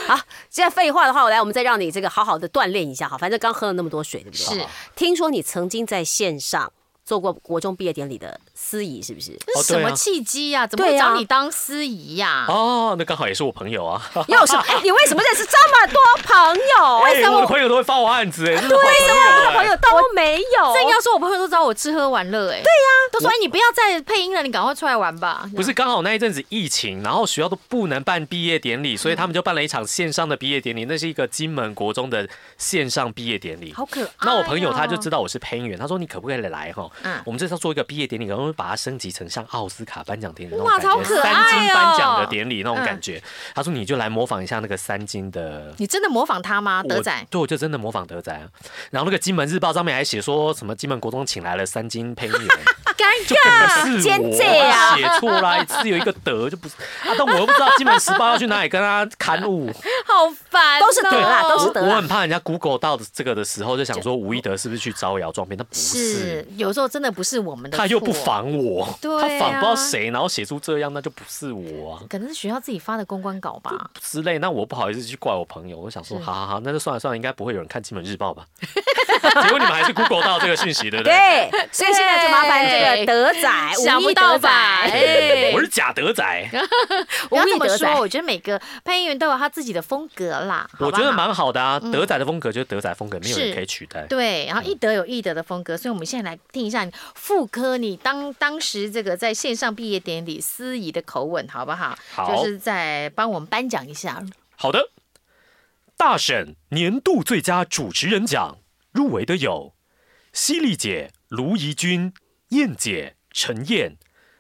Speaker 4: 好，现在废话的话，我来，我们再让你这个好好的锻炼一下，好，反正刚喝了那么多水，对不对？
Speaker 2: 是
Speaker 4: 听说你曾经在线上做过国中毕业典礼的司仪，是不
Speaker 3: <laughs>
Speaker 4: 是？
Speaker 2: 这是什
Speaker 3: 对
Speaker 2: 么
Speaker 3: 啊
Speaker 2: 契机呀、怎么会
Speaker 4: 对啊
Speaker 2: 找你当司仪呀、
Speaker 3: 哦，那刚好也是我朋友啊。
Speaker 4: 又是哎，你为什么认识这么多朋友？为什
Speaker 3: <laughs> 哎
Speaker 4: 么
Speaker 3: 我的
Speaker 4: 我
Speaker 3: 朋友都会发我案子哎？对，为什
Speaker 4: 我
Speaker 3: 么
Speaker 4: 的朋友都没有？
Speaker 2: 这要说我朋友都找我吃喝玩乐、啊哎，对呀、都说哎你不要再配音了，你赶快出来玩吧。
Speaker 3: 不是刚好那一阵子疫情，然后学校都不能办毕业典礼，所以他们就办了一场线上的毕业典礼，那是一个金门国中的线上毕业典礼。
Speaker 2: 好可爱、
Speaker 3: 那我朋友他就知，道我是配音员，他说你可不可以来哈
Speaker 2: 哎嗯？
Speaker 3: 我们这次要做一个毕业典礼，然后把它升级成像奥斯卡颁奖典礼那种
Speaker 2: 哇
Speaker 3: 感
Speaker 2: 超
Speaker 3: 觉，
Speaker 2: 可爱
Speaker 3: 三
Speaker 2: 哦
Speaker 3: 金颁奖的典礼那种
Speaker 2: 嗯
Speaker 3: 感觉。他说你就来模仿一下那个三金的
Speaker 2: 你真的模仿他吗？
Speaker 3: 我
Speaker 2: 啊德仔，
Speaker 3: 对，我就真的模仿德仔啊。然后那个《金门日报》上面还写说什么金门国中请来了三金配
Speaker 2: <laughs>
Speaker 3: 音员，
Speaker 2: 尴
Speaker 3: 就可能是
Speaker 4: 奸
Speaker 3: 我
Speaker 4: 贼啊
Speaker 3: 写错啦，是有一个德就不是啊，但我又不知道《金门时报》要去哪里跟他
Speaker 2: <laughs>
Speaker 3: 刊物，
Speaker 2: 好烦哦、
Speaker 4: 都是德啦
Speaker 3: 啊
Speaker 4: 都是德
Speaker 3: 我很怕人家 Google 到这个的时候就想说吴一德是不是去招摇撞骗，他不是。
Speaker 2: 是有时候真的不是我们的，
Speaker 3: 他又不，仿我， <laughs>
Speaker 2: 对
Speaker 3: 他仿不知道
Speaker 2: 啊
Speaker 3: 谁，然后写出这样，那就不是我啊
Speaker 2: 可能是学校自己发的公关稿吧。
Speaker 3: 之类。那我不好意思去怪我朋友，我想说，
Speaker 2: 是
Speaker 3: 好好好，那就算了算了，应该不会有人看《金门日报》吧？ <laughs> 结果你们还是 Google 到这个讯息，对不对？
Speaker 4: 对，所以现在就麻烦这个德仔，
Speaker 2: 想
Speaker 4: 武
Speaker 2: 不
Speaker 4: 艺
Speaker 2: 到
Speaker 4: 德仔，
Speaker 2: 吧？哎
Speaker 3: 我是假德仔，
Speaker 2: 不要这
Speaker 4: 武
Speaker 2: 么
Speaker 4: 艺德
Speaker 2: 说，
Speaker 4: 仔
Speaker 2: 我觉得每个配音员都有他自己的风格啦。 <laughs> 好
Speaker 3: 我
Speaker 2: 吧嗯
Speaker 3: 觉得蛮好的啊。德仔的风格就是德仔风格，没有
Speaker 2: 是
Speaker 3: 人可以取代。
Speaker 2: 对，然后一德有一德的风格，所以我们现在来听一下你妇科你当当时这个在线上毕业典礼司仪的口吻好不好？
Speaker 3: 好
Speaker 2: 就是在帮我们颁奖一下。
Speaker 3: 好的，大婶年度最佳主持人奖入围的有犀利姐、卢怡君、燕姐、陈燕、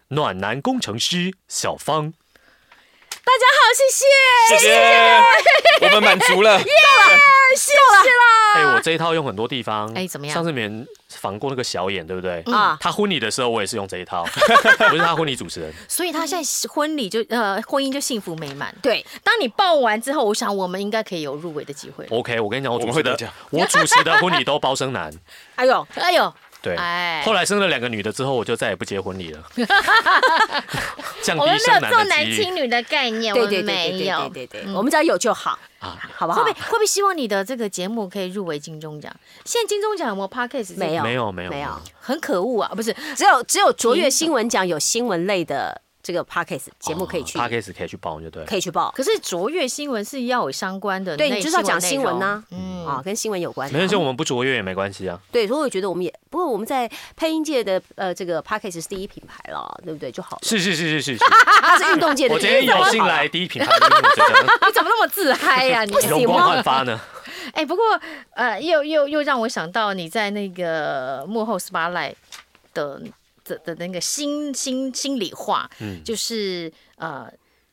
Speaker 3: 暖男工程师小芳。
Speaker 2: 大家好，谢谢。
Speaker 5: 谢谢，我们满足了。
Speaker 3: 哎、我这一套用很多地方。
Speaker 2: 哎怎么样嗯
Speaker 3: 上次你们访过那个小眼，对不对？
Speaker 4: 啊
Speaker 3: 他婚礼的时候，我也是用这一套， <laughs> 我是他婚礼主持人。
Speaker 2: 所以他现在婚礼就呃婚姻就幸福美满。
Speaker 4: 对，
Speaker 2: 当你报完之后，我想我们应该可以有入围的机会。
Speaker 3: OK，我跟你讲，我
Speaker 5: 我
Speaker 3: 主
Speaker 5: 们
Speaker 3: 持
Speaker 5: 会得
Speaker 3: 的
Speaker 5: 奖，
Speaker 3: 我主持的婚礼都包生男。
Speaker 4: 哎呦，
Speaker 2: 哎呦，
Speaker 3: 对，
Speaker 2: 哎
Speaker 3: 后来生了两个女的之后，我就再也不结
Speaker 2: <laughs>
Speaker 3: 婚礼了，降
Speaker 2: 我们
Speaker 3: 低
Speaker 2: 没
Speaker 3: 生
Speaker 2: 有
Speaker 3: 男
Speaker 2: 重
Speaker 3: 的
Speaker 2: 男
Speaker 3: 几率
Speaker 2: 轻女的概念，
Speaker 4: 对
Speaker 2: 我
Speaker 4: 对
Speaker 2: 们
Speaker 4: 对
Speaker 2: 没
Speaker 4: 对对
Speaker 2: 有。
Speaker 4: 对对对，我们只要有就好，
Speaker 3: 啊。
Speaker 4: 好不
Speaker 2: 会
Speaker 4: 好
Speaker 2: 不会？会不会希望你的这个节目可以入围金钟奖？现在金钟奖有没有 podcast？
Speaker 4: 没有
Speaker 3: 没有没有
Speaker 4: 没有，
Speaker 2: 很可恶啊！不是，
Speaker 4: 只有只有卓越新闻奖有新闻类的这个 podcast 节目可以去
Speaker 3: p a c k a s 可以去报就对了。
Speaker 4: 可以去报，
Speaker 2: 可是卓越新闻是要有相关的内，
Speaker 4: 对你就是要讲新闻呐
Speaker 2: 内容。嗯，
Speaker 4: 啊，跟新闻有关
Speaker 3: 没。关系，我们不卓越也没关系啊。
Speaker 4: 对，所以我觉得我们也不过我们在配音界的呃这个 podcast 是第一品牌了，对不对？就好了，
Speaker 3: 是是是是是是，
Speaker 4: 它是运动界的
Speaker 3: 我
Speaker 4: 第
Speaker 3: 今
Speaker 4: 一
Speaker 3: 天
Speaker 4: 品牌。
Speaker 2: 啊
Speaker 3: 有幸来第一品牌，我觉得
Speaker 2: <laughs> 你怎么那么自嗨呀、你？
Speaker 4: 不行
Speaker 3: 容光焕发呢。
Speaker 2: 哎，不过呃，又又又让我想到你在那个幕后 spotlight 的的的那个心心心里话，
Speaker 3: 嗯
Speaker 2: 就是呃，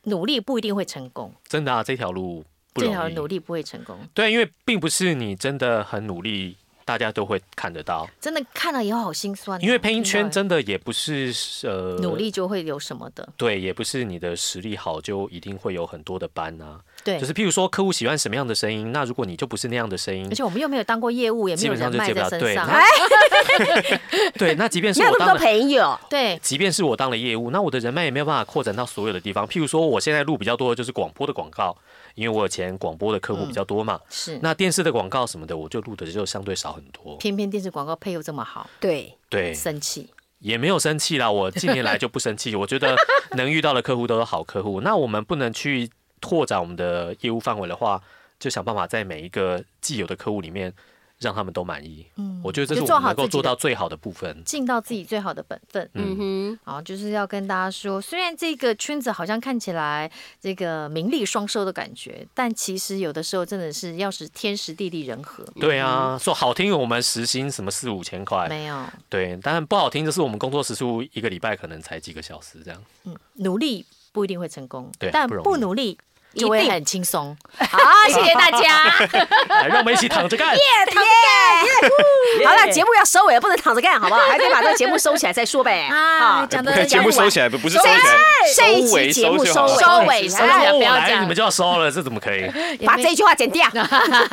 Speaker 2: 努力不一定会成功，
Speaker 3: 真的啊，这条路不
Speaker 2: 这
Speaker 3: 容
Speaker 2: 条
Speaker 3: 易。
Speaker 2: 努力不会成功，
Speaker 3: 对，啊因为并不是你真的很努力，大家都会看得到。
Speaker 2: 真的看了以后好心酸哦、
Speaker 3: 因为配音
Speaker 2: 听
Speaker 3: 圈
Speaker 2: 到
Speaker 3: 真的也不是呃
Speaker 2: 努，力就会有什么的，
Speaker 3: 对，也不是你的实力好就一定会有很多的班啊。
Speaker 2: 对，
Speaker 3: 就是譬如说客户喜欢什么样的声音，那如果你就不是那样的声音
Speaker 2: <laughs> 而，且我们又没有当过业务，也没
Speaker 3: 基
Speaker 2: 有
Speaker 3: 本上
Speaker 2: 人
Speaker 3: 就
Speaker 2: 脉
Speaker 3: 接不
Speaker 2: 在
Speaker 3: 了。
Speaker 2: 身
Speaker 3: 对，
Speaker 2: 上，哎
Speaker 3: 那对，那即便是
Speaker 4: 没有
Speaker 3: 我
Speaker 4: 那
Speaker 3: 当
Speaker 4: 么多
Speaker 3: 了。
Speaker 4: 朋友，
Speaker 2: 对，
Speaker 3: 即便是我当了业务，那我的人脉也没有办法扩展到所有的地方。譬如说，我现在录比较多的就是广播的广告，因为我以前广播的客户
Speaker 2: 嗯
Speaker 3: 比较多嘛。
Speaker 2: 是。
Speaker 3: 那电视的广告什么的，我就录的就相对少很多。
Speaker 2: 偏偏电视广告配又这么好，
Speaker 4: 对，
Speaker 3: 对，
Speaker 2: 生气。
Speaker 3: 也没有生气
Speaker 2: <laughs>
Speaker 3: 啦，我近年来就不生气。我觉得能遇到的客户都是好客户。那我们不能去拓展我们的业务范围的话，就想办法在每一个既有的客户里面让他们都满意。嗯，我觉得这是
Speaker 2: 就
Speaker 3: 我
Speaker 2: 做
Speaker 3: 们
Speaker 2: 好
Speaker 3: 能够
Speaker 2: 自己的
Speaker 3: 做到最好的部分。
Speaker 2: 尽到自己最好的本分。
Speaker 4: 嗯哼，
Speaker 2: 好，就是要跟大家说，虽然这个圈子好像看起来这个名利双收的感觉，但其实有的时候真的是要是天时地利人和，
Speaker 3: 对啊，说好听，我们时薪什么四五千块，
Speaker 2: 没有
Speaker 3: 对，但不好听就是我们工作时数一个礼拜可能才几个小时这样。
Speaker 2: 努力不一定会成功，
Speaker 3: 对
Speaker 2: 但
Speaker 3: 不容易
Speaker 2: 不努力就会
Speaker 4: 一定
Speaker 2: 很轻松。
Speaker 4: 好， <laughs> 谢谢大家，
Speaker 3: 来，哎让我们一起躺
Speaker 2: <laughs>
Speaker 3: 着干。
Speaker 4: 好了，节目要收尾了，不能躺着干，好不好？还得把这个节目收起来再说呗。
Speaker 2: 啊，
Speaker 4: 啊，
Speaker 2: 讲
Speaker 5: 哎
Speaker 2: 的
Speaker 5: 节目收起来不不是收起来，
Speaker 4: 这一
Speaker 5: 收尾
Speaker 4: 期节目
Speaker 5: 收
Speaker 4: 收
Speaker 5: 尾
Speaker 4: 尾，
Speaker 2: 收尾收
Speaker 4: 哎
Speaker 2: 尾
Speaker 3: 哦
Speaker 2: 不要这
Speaker 3: 来，
Speaker 2: 样
Speaker 3: 你们就要收了，这怎么可以？
Speaker 4: 把这一句话剪掉。
Speaker 2: <laughs>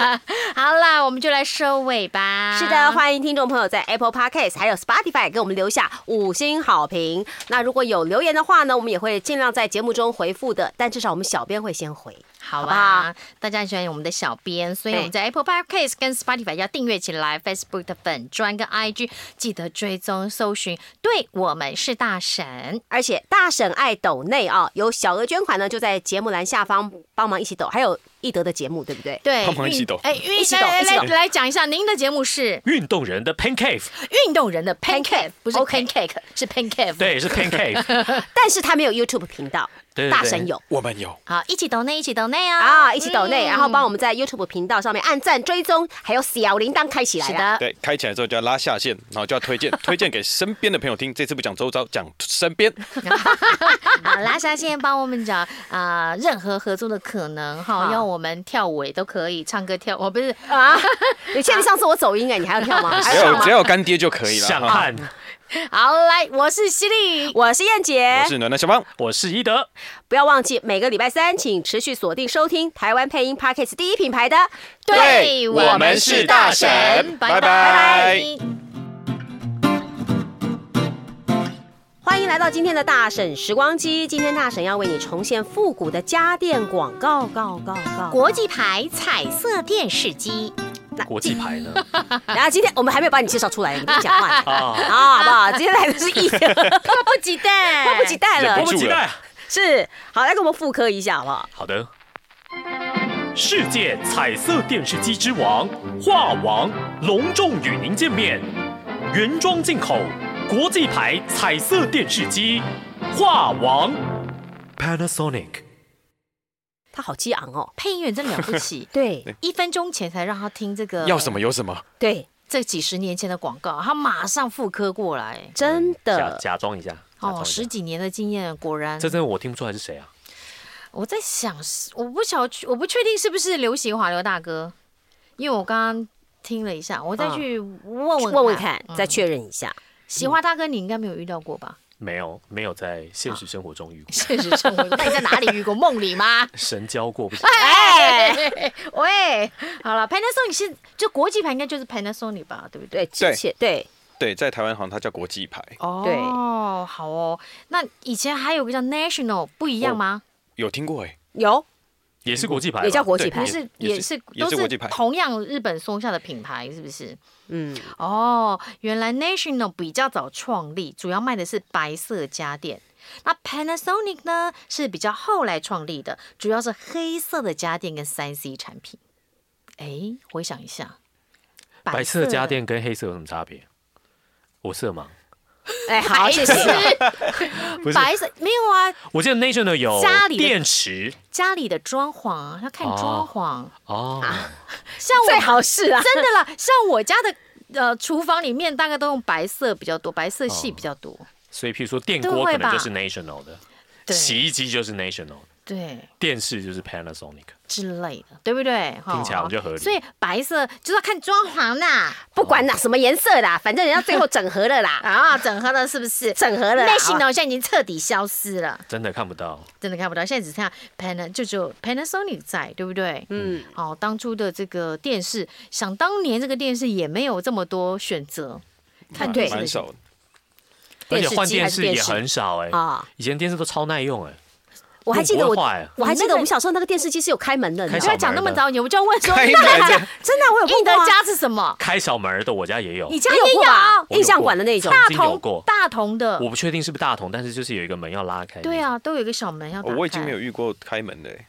Speaker 2: 好啦，我们就来收尾吧。
Speaker 4: <laughs>
Speaker 2: 啊
Speaker 4: 是
Speaker 2: <laughs>
Speaker 4: 的，欢迎听众朋友在 Apple Podcast 还有 Spotify 给我们留下五星好评。那如果有留言的话呢，我们也会尽量在节目中回复的，但至少我们小编会先回。
Speaker 2: 好
Speaker 4: 好
Speaker 2: 吧，
Speaker 4: 不
Speaker 2: 大家很喜欢我们的小编，所以
Speaker 4: 对
Speaker 2: 我们在 Apple Podcast 跟 Spotify 要订阅起来，Facebook 的粉专跟 IG 记得追踪搜寻，对我们是大神。
Speaker 4: 而且大婶爱抖内啊，有小额捐款呢，就在节目栏下方帮忙一起抖，还有易德的节目，对不对？
Speaker 2: 对，
Speaker 5: 帮忙一起
Speaker 2: 运
Speaker 5: 抖
Speaker 2: 哎，运
Speaker 4: 一起抖
Speaker 2: 来
Speaker 4: 一起
Speaker 2: 来
Speaker 4: 抖
Speaker 2: 来来讲一下，您的节目是
Speaker 3: 运动人的 Pain Cave，
Speaker 2: 运动人的 pancake，不是
Speaker 4: OK
Speaker 2: pancake，是 pancake。，
Speaker 3: 对，是 Pain
Speaker 2: <laughs>
Speaker 3: Cave，
Speaker 4: 但是他没有 YouTube 频道，
Speaker 3: 对对对
Speaker 4: 大神有
Speaker 5: 我们有。
Speaker 2: 好，一起抖内，一起抖内啊，
Speaker 4: 啊，一起抖内，
Speaker 2: 嗯
Speaker 4: 然后帮我们在 YouTube 频道上面按赞、追踪，还有小铃铛开起来
Speaker 2: 是
Speaker 4: 啊。
Speaker 2: 的，
Speaker 5: 对，开起来之后就要拉下线，然后就要推荐，推荐给身边的朋友听。这次不讲周遭，讲身边。
Speaker 2: 啊， <laughs> 拉下线帮我们找啊、任何合作的可能哈，
Speaker 4: 好
Speaker 2: 要我们跳舞也都可以，唱歌跳，我 <laughs> 哦不是
Speaker 4: 啊！ <laughs> 你欠上次我走音哎，你还要跳吗？还
Speaker 5: <laughs> 只
Speaker 4: 要唱
Speaker 5: 要有
Speaker 4: 吗
Speaker 5: 只？要有干爹就可以了。
Speaker 3: 想
Speaker 5: 哈
Speaker 3: 看，
Speaker 2: 好来，我是犀利，
Speaker 4: 我是燕姐，
Speaker 5: 我是暖暖小芳，
Speaker 3: 我是伊德。
Speaker 4: 不要忘记每个礼拜三，请持续锁定收听台湾配音 Podcast 第一品牌的。
Speaker 5: 对我们是大神
Speaker 2: 拜
Speaker 5: 拜
Speaker 2: 拜
Speaker 5: 拜。
Speaker 4: 欢迎来到今天的大婶时光机，今天大婶要为你重现复古的家电广告，告告
Speaker 2: <laughs>
Speaker 4: 告。
Speaker 6: 国际牌彩色电视机，
Speaker 3: 国际
Speaker 4: <laughs>
Speaker 3: 牌呢？
Speaker 4: 然后今天我们还没有把你介绍出来，你不讲话
Speaker 3: 啊，
Speaker 4: 啊，好不好？今天来的是艺 <laughs> 人，迫
Speaker 2: 迫不及待，
Speaker 4: 不及待
Speaker 5: 忍
Speaker 4: 了
Speaker 5: 不
Speaker 3: 迫，
Speaker 5: 住
Speaker 3: 不及待。
Speaker 4: 是好，来给我们复刻一下，好不好？
Speaker 3: 好的。世界彩色电视机之王画王隆重与您见面，原装进口国际牌彩色电视机画王 Panasonic。
Speaker 4: 他好激昂哦，，
Speaker 2: 配音员真了不
Speaker 5: <laughs>
Speaker 2: 起
Speaker 4: 对
Speaker 2: 一分钟前才让他听这个
Speaker 5: 要什么有什么。
Speaker 4: 对，
Speaker 2: 这几十年前的广告，他马上复刻过来。
Speaker 4: 真
Speaker 3: 假
Speaker 4: 的
Speaker 3: 假装一下，假装
Speaker 2: 哦，
Speaker 3: 一下
Speaker 2: 十几年的经验，果然
Speaker 3: 这真的我听不出来是谁啊？
Speaker 2: 我在想是，我不晓得，我不确定是不是刘习华刘大哥，因为我刚刚听了一下，我再
Speaker 4: 嗯
Speaker 2: 去问问
Speaker 4: 问问看，
Speaker 2: 嗯
Speaker 4: 再确认一下。
Speaker 2: 习华大哥你应该没有遇到过吧？ <laughs>
Speaker 3: 没有，没有在现实生活中
Speaker 4: 啊
Speaker 3: 遇过，
Speaker 2: 现实生活，那你在哪里遇过？梦里吗？ <laughs>
Speaker 3: 神交过不行。
Speaker 2: 哎，喂，好了，Panasonic 是就国际牌，应该就是 Panasonic 吧，对不
Speaker 4: 对，
Speaker 2: 对？
Speaker 4: 之前对
Speaker 5: 对，在台湾好像它叫国际牌，
Speaker 2: 哦，好哦。那以前还有个叫 National，不一样吗？
Speaker 5: 有听过哎。
Speaker 4: 有
Speaker 3: 也是国际牌吧，
Speaker 4: 也叫国际
Speaker 5: 对
Speaker 4: 牌
Speaker 2: 不，是，
Speaker 5: 也
Speaker 2: 也
Speaker 5: 是
Speaker 2: 是
Speaker 5: 也
Speaker 2: 都
Speaker 5: 是国际牌
Speaker 2: 同样日本松下的品牌，是不是？
Speaker 4: 嗯，
Speaker 2: 哦，原来 National 比较早创立，主要卖的是白色家电。那 Panasonic 呢是比较后来创立的，主要是黑色的家电跟三 C 产品。哎，回想一下，
Speaker 3: 白色家电跟黑色有什么差别？我色盲，
Speaker 4: 哎，好，谢谢。
Speaker 3: 不是，
Speaker 2: 白色没有啊，
Speaker 3: 我记得 National 有
Speaker 2: 家里的
Speaker 3: 电池
Speaker 2: 家里的装潢啊要看装潢，
Speaker 3: 哦，
Speaker 2: 啊像
Speaker 4: <laughs>
Speaker 2: 我
Speaker 4: 最好是啊，
Speaker 2: 真的啦，像我家的。呃，厨房里面大概都用白色比较多，白色
Speaker 3: 哦
Speaker 2: 系比较多。
Speaker 3: 所以譬如说电
Speaker 2: 都
Speaker 3: 锅
Speaker 2: 会
Speaker 3: 可能
Speaker 2: 吧
Speaker 3: 就是 National 的，
Speaker 2: 对
Speaker 3: 洗衣机就是 National 的，
Speaker 2: 对，
Speaker 3: 电视就是 Panasonic。
Speaker 2: 之类的，对不对？哈
Speaker 3: 听起来好像就合理
Speaker 2: 所以白色就是要看装潢啊啦，
Speaker 4: 不管啦，什么颜色啦，反正人家最后整合了 <laughs> 啦，
Speaker 2: 啊，整合了啊是不是？
Speaker 4: 整合了啦。
Speaker 2: 类型呢，现在已经彻底消失了，
Speaker 3: 真的看不到，
Speaker 2: 真的看不到。现在只剩下 Pan，就只有 Panasonic 在，对不对？嗯。哦，当初的这个电视，想当年这个电视也没有这么多选择，看
Speaker 4: 对
Speaker 2: 电视
Speaker 5: 蛮
Speaker 2: 的选
Speaker 5: 少
Speaker 2: 择
Speaker 5: 的。
Speaker 3: 而且
Speaker 4: 电视机
Speaker 3: 换电
Speaker 4: 还是
Speaker 3: 视
Speaker 4: 电
Speaker 3: 也
Speaker 4: 视
Speaker 3: 很少哎、
Speaker 4: 啊
Speaker 3: 以前电视都超耐用哎、
Speaker 4: 我还记得
Speaker 3: 我
Speaker 4: 我
Speaker 3: 不会坏，
Speaker 4: 我还记得我们小时候那个电视机是有开门的，你
Speaker 3: 开
Speaker 4: 知道
Speaker 2: 不要
Speaker 3: 小
Speaker 4: 吗？
Speaker 2: 讲那么早，我就要问说，
Speaker 5: 开
Speaker 2: 那
Speaker 5: 门的，
Speaker 4: 真的，我有
Speaker 2: 英
Speaker 4: 碰
Speaker 2: 德
Speaker 4: 过啊，
Speaker 2: 家是什么？
Speaker 3: 开小门儿的我家也有，
Speaker 2: 你家
Speaker 4: 也
Speaker 2: 也
Speaker 4: 有过吧
Speaker 2: 有？
Speaker 3: 我有
Speaker 4: 印象馆的那种
Speaker 3: 过。
Speaker 2: 大
Speaker 3: 曾经有过
Speaker 2: 同大同的
Speaker 3: 我，不确定是不是大同，但是就是有一个门要拉开。
Speaker 2: 对，啊，都有一个小门要打
Speaker 5: 哦
Speaker 2: 开。
Speaker 5: 我已经没有，遇过开门的欸，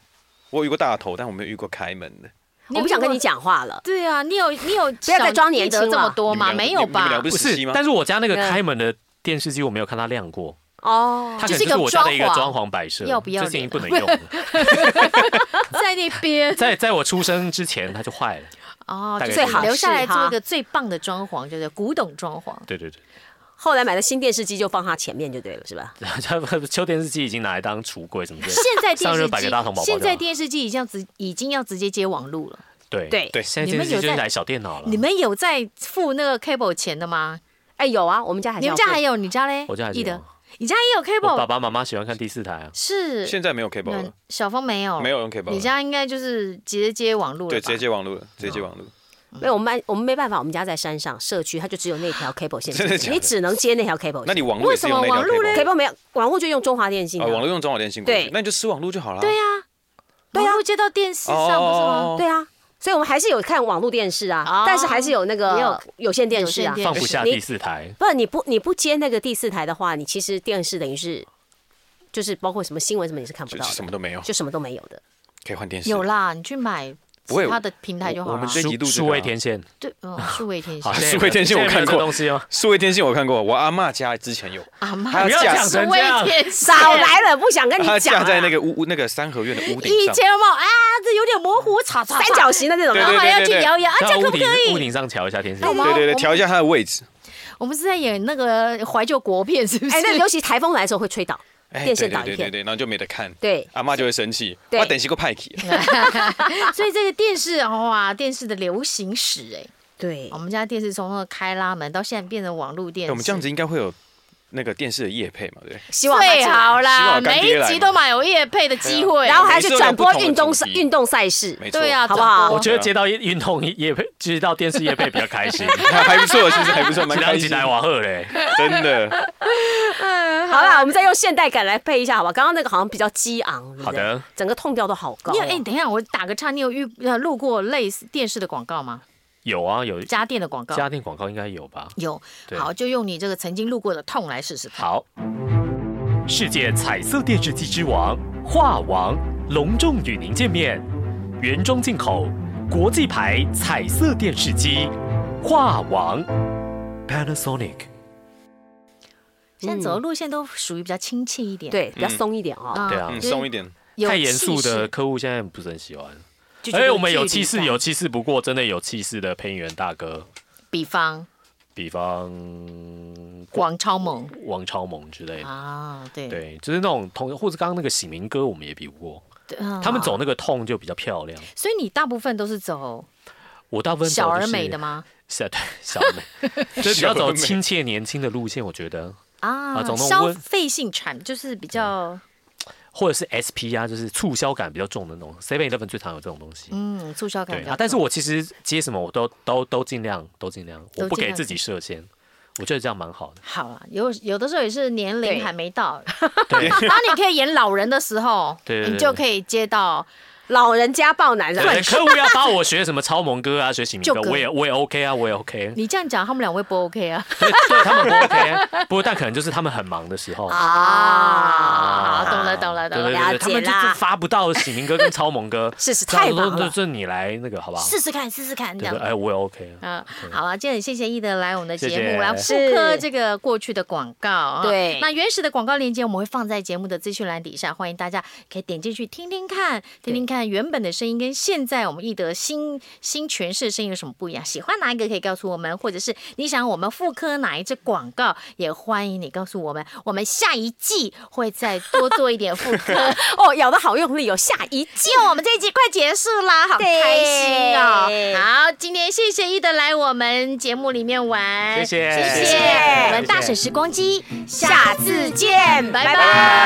Speaker 5: 我有遇过大头，但我没有遇过开门的。
Speaker 4: 我不想跟你。讲话了。
Speaker 2: 对啊，你有你有不
Speaker 4: 要再装年轻了
Speaker 2: 这么多吗？
Speaker 5: 你们两
Speaker 2: 没
Speaker 5: 个
Speaker 2: 有
Speaker 5: 你们你们
Speaker 2: 吧
Speaker 5: 俩？不
Speaker 3: 不
Speaker 5: 是十七
Speaker 3: 是
Speaker 5: 吗，？
Speaker 3: 但是我家那个
Speaker 2: 嗯
Speaker 3: 开门的电视机我没有看它亮过，
Speaker 4: 哦，
Speaker 3: 它可
Speaker 2: 啊就是
Speaker 3: 能
Speaker 2: 一
Speaker 3: 就
Speaker 2: 个
Speaker 3: 是我家的一个
Speaker 2: 装
Speaker 3: 装
Speaker 2: 潢
Speaker 3: 潢摆设，
Speaker 2: 要不要
Speaker 3: 这是已经
Speaker 2: 脸啊
Speaker 3: 不能
Speaker 2: <laughs>
Speaker 3: 用的，
Speaker 2: <laughs> 在那
Speaker 5: <laughs>
Speaker 2: 边
Speaker 3: 在在我出生之前它就坏了。
Speaker 2: 哦，
Speaker 3: 大概
Speaker 2: 就是
Speaker 3: 最好
Speaker 2: 留下来
Speaker 4: 是哈
Speaker 2: 做一个最棒的装潢，就是古董装潢。
Speaker 3: 对对对，
Speaker 4: 后来买了新电视机就放它前面就对了，是吧？
Speaker 3: 它 <laughs> 旧电视机已经拿来当橱柜什么之类的。
Speaker 2: 现在电
Speaker 3: 上
Speaker 2: 视
Speaker 3: 热百个大同宝
Speaker 2: 机，
Speaker 3: 宝
Speaker 2: 现在
Speaker 3: 就好
Speaker 2: 电视机已经要直已经要直接接网路了。
Speaker 3: 对
Speaker 4: 对
Speaker 5: 对
Speaker 3: 现在
Speaker 2: 你
Speaker 3: 电
Speaker 2: 们
Speaker 3: 视机
Speaker 2: 有
Speaker 3: 就是
Speaker 2: 在
Speaker 3: 来小电
Speaker 5: 啊
Speaker 3: 脑了。
Speaker 2: 你们有在付那个 cable 钱的吗？
Speaker 4: 哎，有啊，我们家还是
Speaker 2: 你
Speaker 4: 要
Speaker 2: 们家还
Speaker 4: 付
Speaker 2: 有？你家嘞？
Speaker 3: 我家还是
Speaker 2: 一德
Speaker 3: 有，
Speaker 2: 你家也有
Speaker 3: 我爸
Speaker 2: cable？
Speaker 3: 爸妈妈喜欢看第四台啊，
Speaker 2: 是
Speaker 5: 现在没有 cable
Speaker 2: 暖
Speaker 5: 了，
Speaker 2: 小峰没有，
Speaker 5: 没有用 cable 了
Speaker 2: 你家应该就是直接接网路了吧。
Speaker 5: 对，直接接网路了，直接接网路。
Speaker 4: 没有，我们班我们没办法，我们家在山上社区，它就只有那条 cable 线，
Speaker 5: 真的假的
Speaker 4: 你只能接那条 cable 线。
Speaker 5: 那你网路也是用那条
Speaker 2: 为什么网路
Speaker 5: cable
Speaker 2: 嘞
Speaker 4: cable 没有，网络就用中华电信
Speaker 5: 啊？网
Speaker 4: 啊。
Speaker 5: 路用中华电信过去
Speaker 4: 对，
Speaker 5: 那你就吃网路就好了。
Speaker 2: 对呀，
Speaker 4: 对啊
Speaker 2: 网路接到电视上不是吗？
Speaker 5: 哦，
Speaker 4: 对啊，所以我们还是有看网络电视啊
Speaker 2: 哦，
Speaker 4: 但是还是有那
Speaker 2: 也
Speaker 4: 个
Speaker 2: 有
Speaker 4: 有线电视啊
Speaker 2: 有线电。视
Speaker 3: 放不下第四台。
Speaker 4: 不，你不你不接那个第四台的话，你其实电视等于是就是包括什么新闻什么你是看不
Speaker 5: 就
Speaker 4: 到
Speaker 5: 就什
Speaker 4: 的，
Speaker 5: 么都没有，
Speaker 4: 就什么都没有的。
Speaker 5: 可以换电视。
Speaker 2: 有啦，你去买
Speaker 5: 不会
Speaker 2: 其他的平台就好
Speaker 5: 我
Speaker 2: 了。
Speaker 5: 我们这一集录这个
Speaker 3: 数
Speaker 5: 啊
Speaker 3: 位天线，
Speaker 2: 对， <laughs> 嗯，数位天
Speaker 3: 好，
Speaker 2: 线
Speaker 3: 现在
Speaker 5: 数位天线我
Speaker 3: 现在有
Speaker 5: 看过
Speaker 3: 这东西哦吗？
Speaker 5: 数位电信我看过，我阿嬷家之前有，
Speaker 2: 阿妈
Speaker 5: 还有
Speaker 3: 不要
Speaker 5: 架
Speaker 3: 讲
Speaker 5: 子
Speaker 3: 成这样，
Speaker 2: <laughs> 天线
Speaker 4: 少来了，不想跟
Speaker 5: <laughs>
Speaker 4: 你
Speaker 5: 她
Speaker 4: 讲
Speaker 5: 架
Speaker 4: 啊。
Speaker 5: 在那个屋屋那个三合院的屋顶
Speaker 2: 以
Speaker 5: 上。
Speaker 2: 前有没有啊？这有点模糊，吵吵
Speaker 4: 三角形的那种
Speaker 5: 对
Speaker 4: 啊，
Speaker 2: 然后还要去摇摇啊，
Speaker 3: 到
Speaker 2: 这
Speaker 3: 屋
Speaker 2: 可不
Speaker 3: 顶
Speaker 2: 可
Speaker 3: 屋
Speaker 2: 以？
Speaker 3: 顶上调一下天线。
Speaker 2: 好吗
Speaker 5: 对对对，调一下它的位置。
Speaker 2: 我们是在演那个怀旧国片，是不是？
Speaker 4: 哎，那尤其台风来的时候会吹倒，
Speaker 5: 哎
Speaker 4: 电线
Speaker 5: 对
Speaker 4: 倒一
Speaker 5: 对对对
Speaker 4: 片。
Speaker 5: 对，然后就没得看。
Speaker 4: 对
Speaker 5: 阿嬷就会生气，哎
Speaker 4: 对
Speaker 5: 我等些个派去。
Speaker 2: <laughs> 所以这个电视哇，电视的流行史哎，
Speaker 4: 对
Speaker 2: 我，们家电视从那个开拉门到现在变成网络电
Speaker 5: 哎
Speaker 2: 视，
Speaker 5: 我们这样子应该会有那个电视的夜配嘛，对
Speaker 4: <laughs>
Speaker 5: 不对？
Speaker 4: 希望
Speaker 2: 最好
Speaker 5: 希望
Speaker 2: 啦，
Speaker 5: 有干
Speaker 2: 每
Speaker 5: 爹
Speaker 2: 一
Speaker 5: 来嘛啊
Speaker 2: 集都蛮有夜配的机会。
Speaker 4: 然后还
Speaker 5: 每
Speaker 4: 去
Speaker 5: 次都有
Speaker 4: 转
Speaker 5: 不
Speaker 4: 播
Speaker 5: 同的
Speaker 4: 运动
Speaker 5: 主
Speaker 4: 赛
Speaker 5: 题
Speaker 4: 运动赛事，
Speaker 5: 没错，
Speaker 2: 对啊，
Speaker 4: 好不好
Speaker 2: 转播
Speaker 3: 我觉得接到运动业配，接到电视业配比较开
Speaker 5: <laughs>
Speaker 3: 心，
Speaker 5: 还还不错，其实还不错，蛮
Speaker 3: 其他
Speaker 5: 开
Speaker 3: 几
Speaker 5: 心
Speaker 3: 台瓦赫嘞。
Speaker 5: 真的。
Speaker 4: 好啦，我们再用现代感来配一下，好吧？刚刚那个好像比较激昂，对不对
Speaker 3: 好的，
Speaker 4: 整个痛调都好高哦。
Speaker 2: 你有哎、等一下，我打个岔，你有遇呃路过类似电视的广告吗？
Speaker 3: 有啊，有
Speaker 2: 家电的广告
Speaker 3: 家电广告应该有吧？
Speaker 2: 有。
Speaker 3: 对
Speaker 2: 好，就用你这个曾经路过的痛来试试看。
Speaker 3: 好，世界彩色电视机之王画王隆重与您见面，原装进口国际牌彩色电视机画王 Panasonic。
Speaker 2: 现在
Speaker 3: 嗯
Speaker 2: 走的路线都属于比较亲切一点，
Speaker 4: 对比较松一点哦。
Speaker 2: 啊
Speaker 3: 对啊
Speaker 5: 嗯，松一点。
Speaker 2: 有
Speaker 3: 太严肃
Speaker 2: 气
Speaker 3: 的
Speaker 2: 势
Speaker 3: 客户现在不是很喜欢。
Speaker 2: 就觉
Speaker 3: 哎、
Speaker 2: 得
Speaker 3: 我们
Speaker 2: 距
Speaker 3: 有
Speaker 2: 离
Speaker 3: 气势，
Speaker 2: 感
Speaker 3: 有气势，不过真的有气势的配音员大哥，
Speaker 2: 比方
Speaker 3: 比方
Speaker 2: 广超猛
Speaker 3: 王超萌之类的，
Speaker 2: 啊，对，
Speaker 3: 对，就是那种同，或者刚刚那个喜明哥，我们也比不过，
Speaker 2: 对啊
Speaker 3: 他们走那个痛就比较漂亮。
Speaker 2: 所以你大部分都是走
Speaker 3: 我大部分走
Speaker 2: 小
Speaker 3: 就
Speaker 2: 而
Speaker 3: 是
Speaker 2: 美的吗？
Speaker 3: 小
Speaker 2: <laughs>
Speaker 3: 对小而美，就是比较
Speaker 5: 小而
Speaker 3: 走
Speaker 5: 美
Speaker 3: 亲切年轻的路线，我觉得，
Speaker 2: 啊
Speaker 3: 啊走那种
Speaker 2: 消
Speaker 3: 温
Speaker 2: 费性产就是比较
Speaker 3: 或者是 SP 啊，就是促销感比较重的那种。Seven Eleven 最常有这种东西。
Speaker 2: 嗯促销感
Speaker 3: 对
Speaker 2: 比较
Speaker 3: 啊
Speaker 2: 重，，
Speaker 3: 但是我其实接什么我都都都尽量都尽量，我
Speaker 2: 都
Speaker 3: 不
Speaker 2: 尽
Speaker 3: 给
Speaker 2: 量
Speaker 3: 自己设限，我觉得这样蛮好的。
Speaker 2: 好了，有有的时候也是年
Speaker 4: 对
Speaker 2: 龄还没到，<laughs>
Speaker 3: 对
Speaker 2: 当你可以演老人的时候，
Speaker 3: 对对对
Speaker 2: 你就可以接到
Speaker 4: 老人家抱男人，
Speaker 3: 对客户要发我学什么超萌歌啊，学启明
Speaker 2: 就
Speaker 3: 歌，
Speaker 2: 歌
Speaker 3: 我也我也 OK 啊，我
Speaker 2: <laughs>
Speaker 3: 也 OK，
Speaker 2: 你这样讲，他们两位不 OK 啊？
Speaker 3: 对对，他们不 OK，啊不过但可能就是他们很忙的时候。
Speaker 5: <laughs>
Speaker 2: 啊，
Speaker 4: 啊
Speaker 2: 懂了，懂了，懂
Speaker 3: 对
Speaker 2: 了。
Speaker 3: 对
Speaker 4: 了
Speaker 3: 对，他
Speaker 4: 解
Speaker 3: 们就
Speaker 4: 啦
Speaker 3: 是发不到启明哥跟超
Speaker 2: <laughs>
Speaker 3: 萌哥，
Speaker 4: 是是
Speaker 3: 那
Speaker 4: 太
Speaker 3: 我说
Speaker 4: 忙了
Speaker 3: 那这你来那个好不好？
Speaker 2: 试试看，试试看，这
Speaker 3: 对
Speaker 2: 样
Speaker 3: 对，
Speaker 2: 子。
Speaker 3: 哎，我也 OK 啊。
Speaker 2: 嗯，好啊，今天很谢谢易德来我们的节目，
Speaker 3: 谢谢
Speaker 2: 来复刻这个过去的广告啊。
Speaker 4: 对
Speaker 2: 那原始的广告链接我们会放在节目的资讯栏底下，欢迎大家可以点进去听听看，听听看原本的声音跟现在我们易德新新诠释的声音有什么不一样。喜欢哪一个可以告诉我们，或者是你想我们复刻哪一支广告，也欢迎你告诉我们。我们下一季会再多做一点复刻，
Speaker 4: 哦，咬的好用力哦，下一季
Speaker 2: 因为我们这一集快结束啦，好
Speaker 4: 对
Speaker 2: 开心哦！好，今天谢谢一德来我们节目里面玩，
Speaker 3: 谢谢
Speaker 2: 谢
Speaker 3: 谢谢
Speaker 2: 我们大婶时光机，
Speaker 4: 下次见，拜拜。
Speaker 2: 哎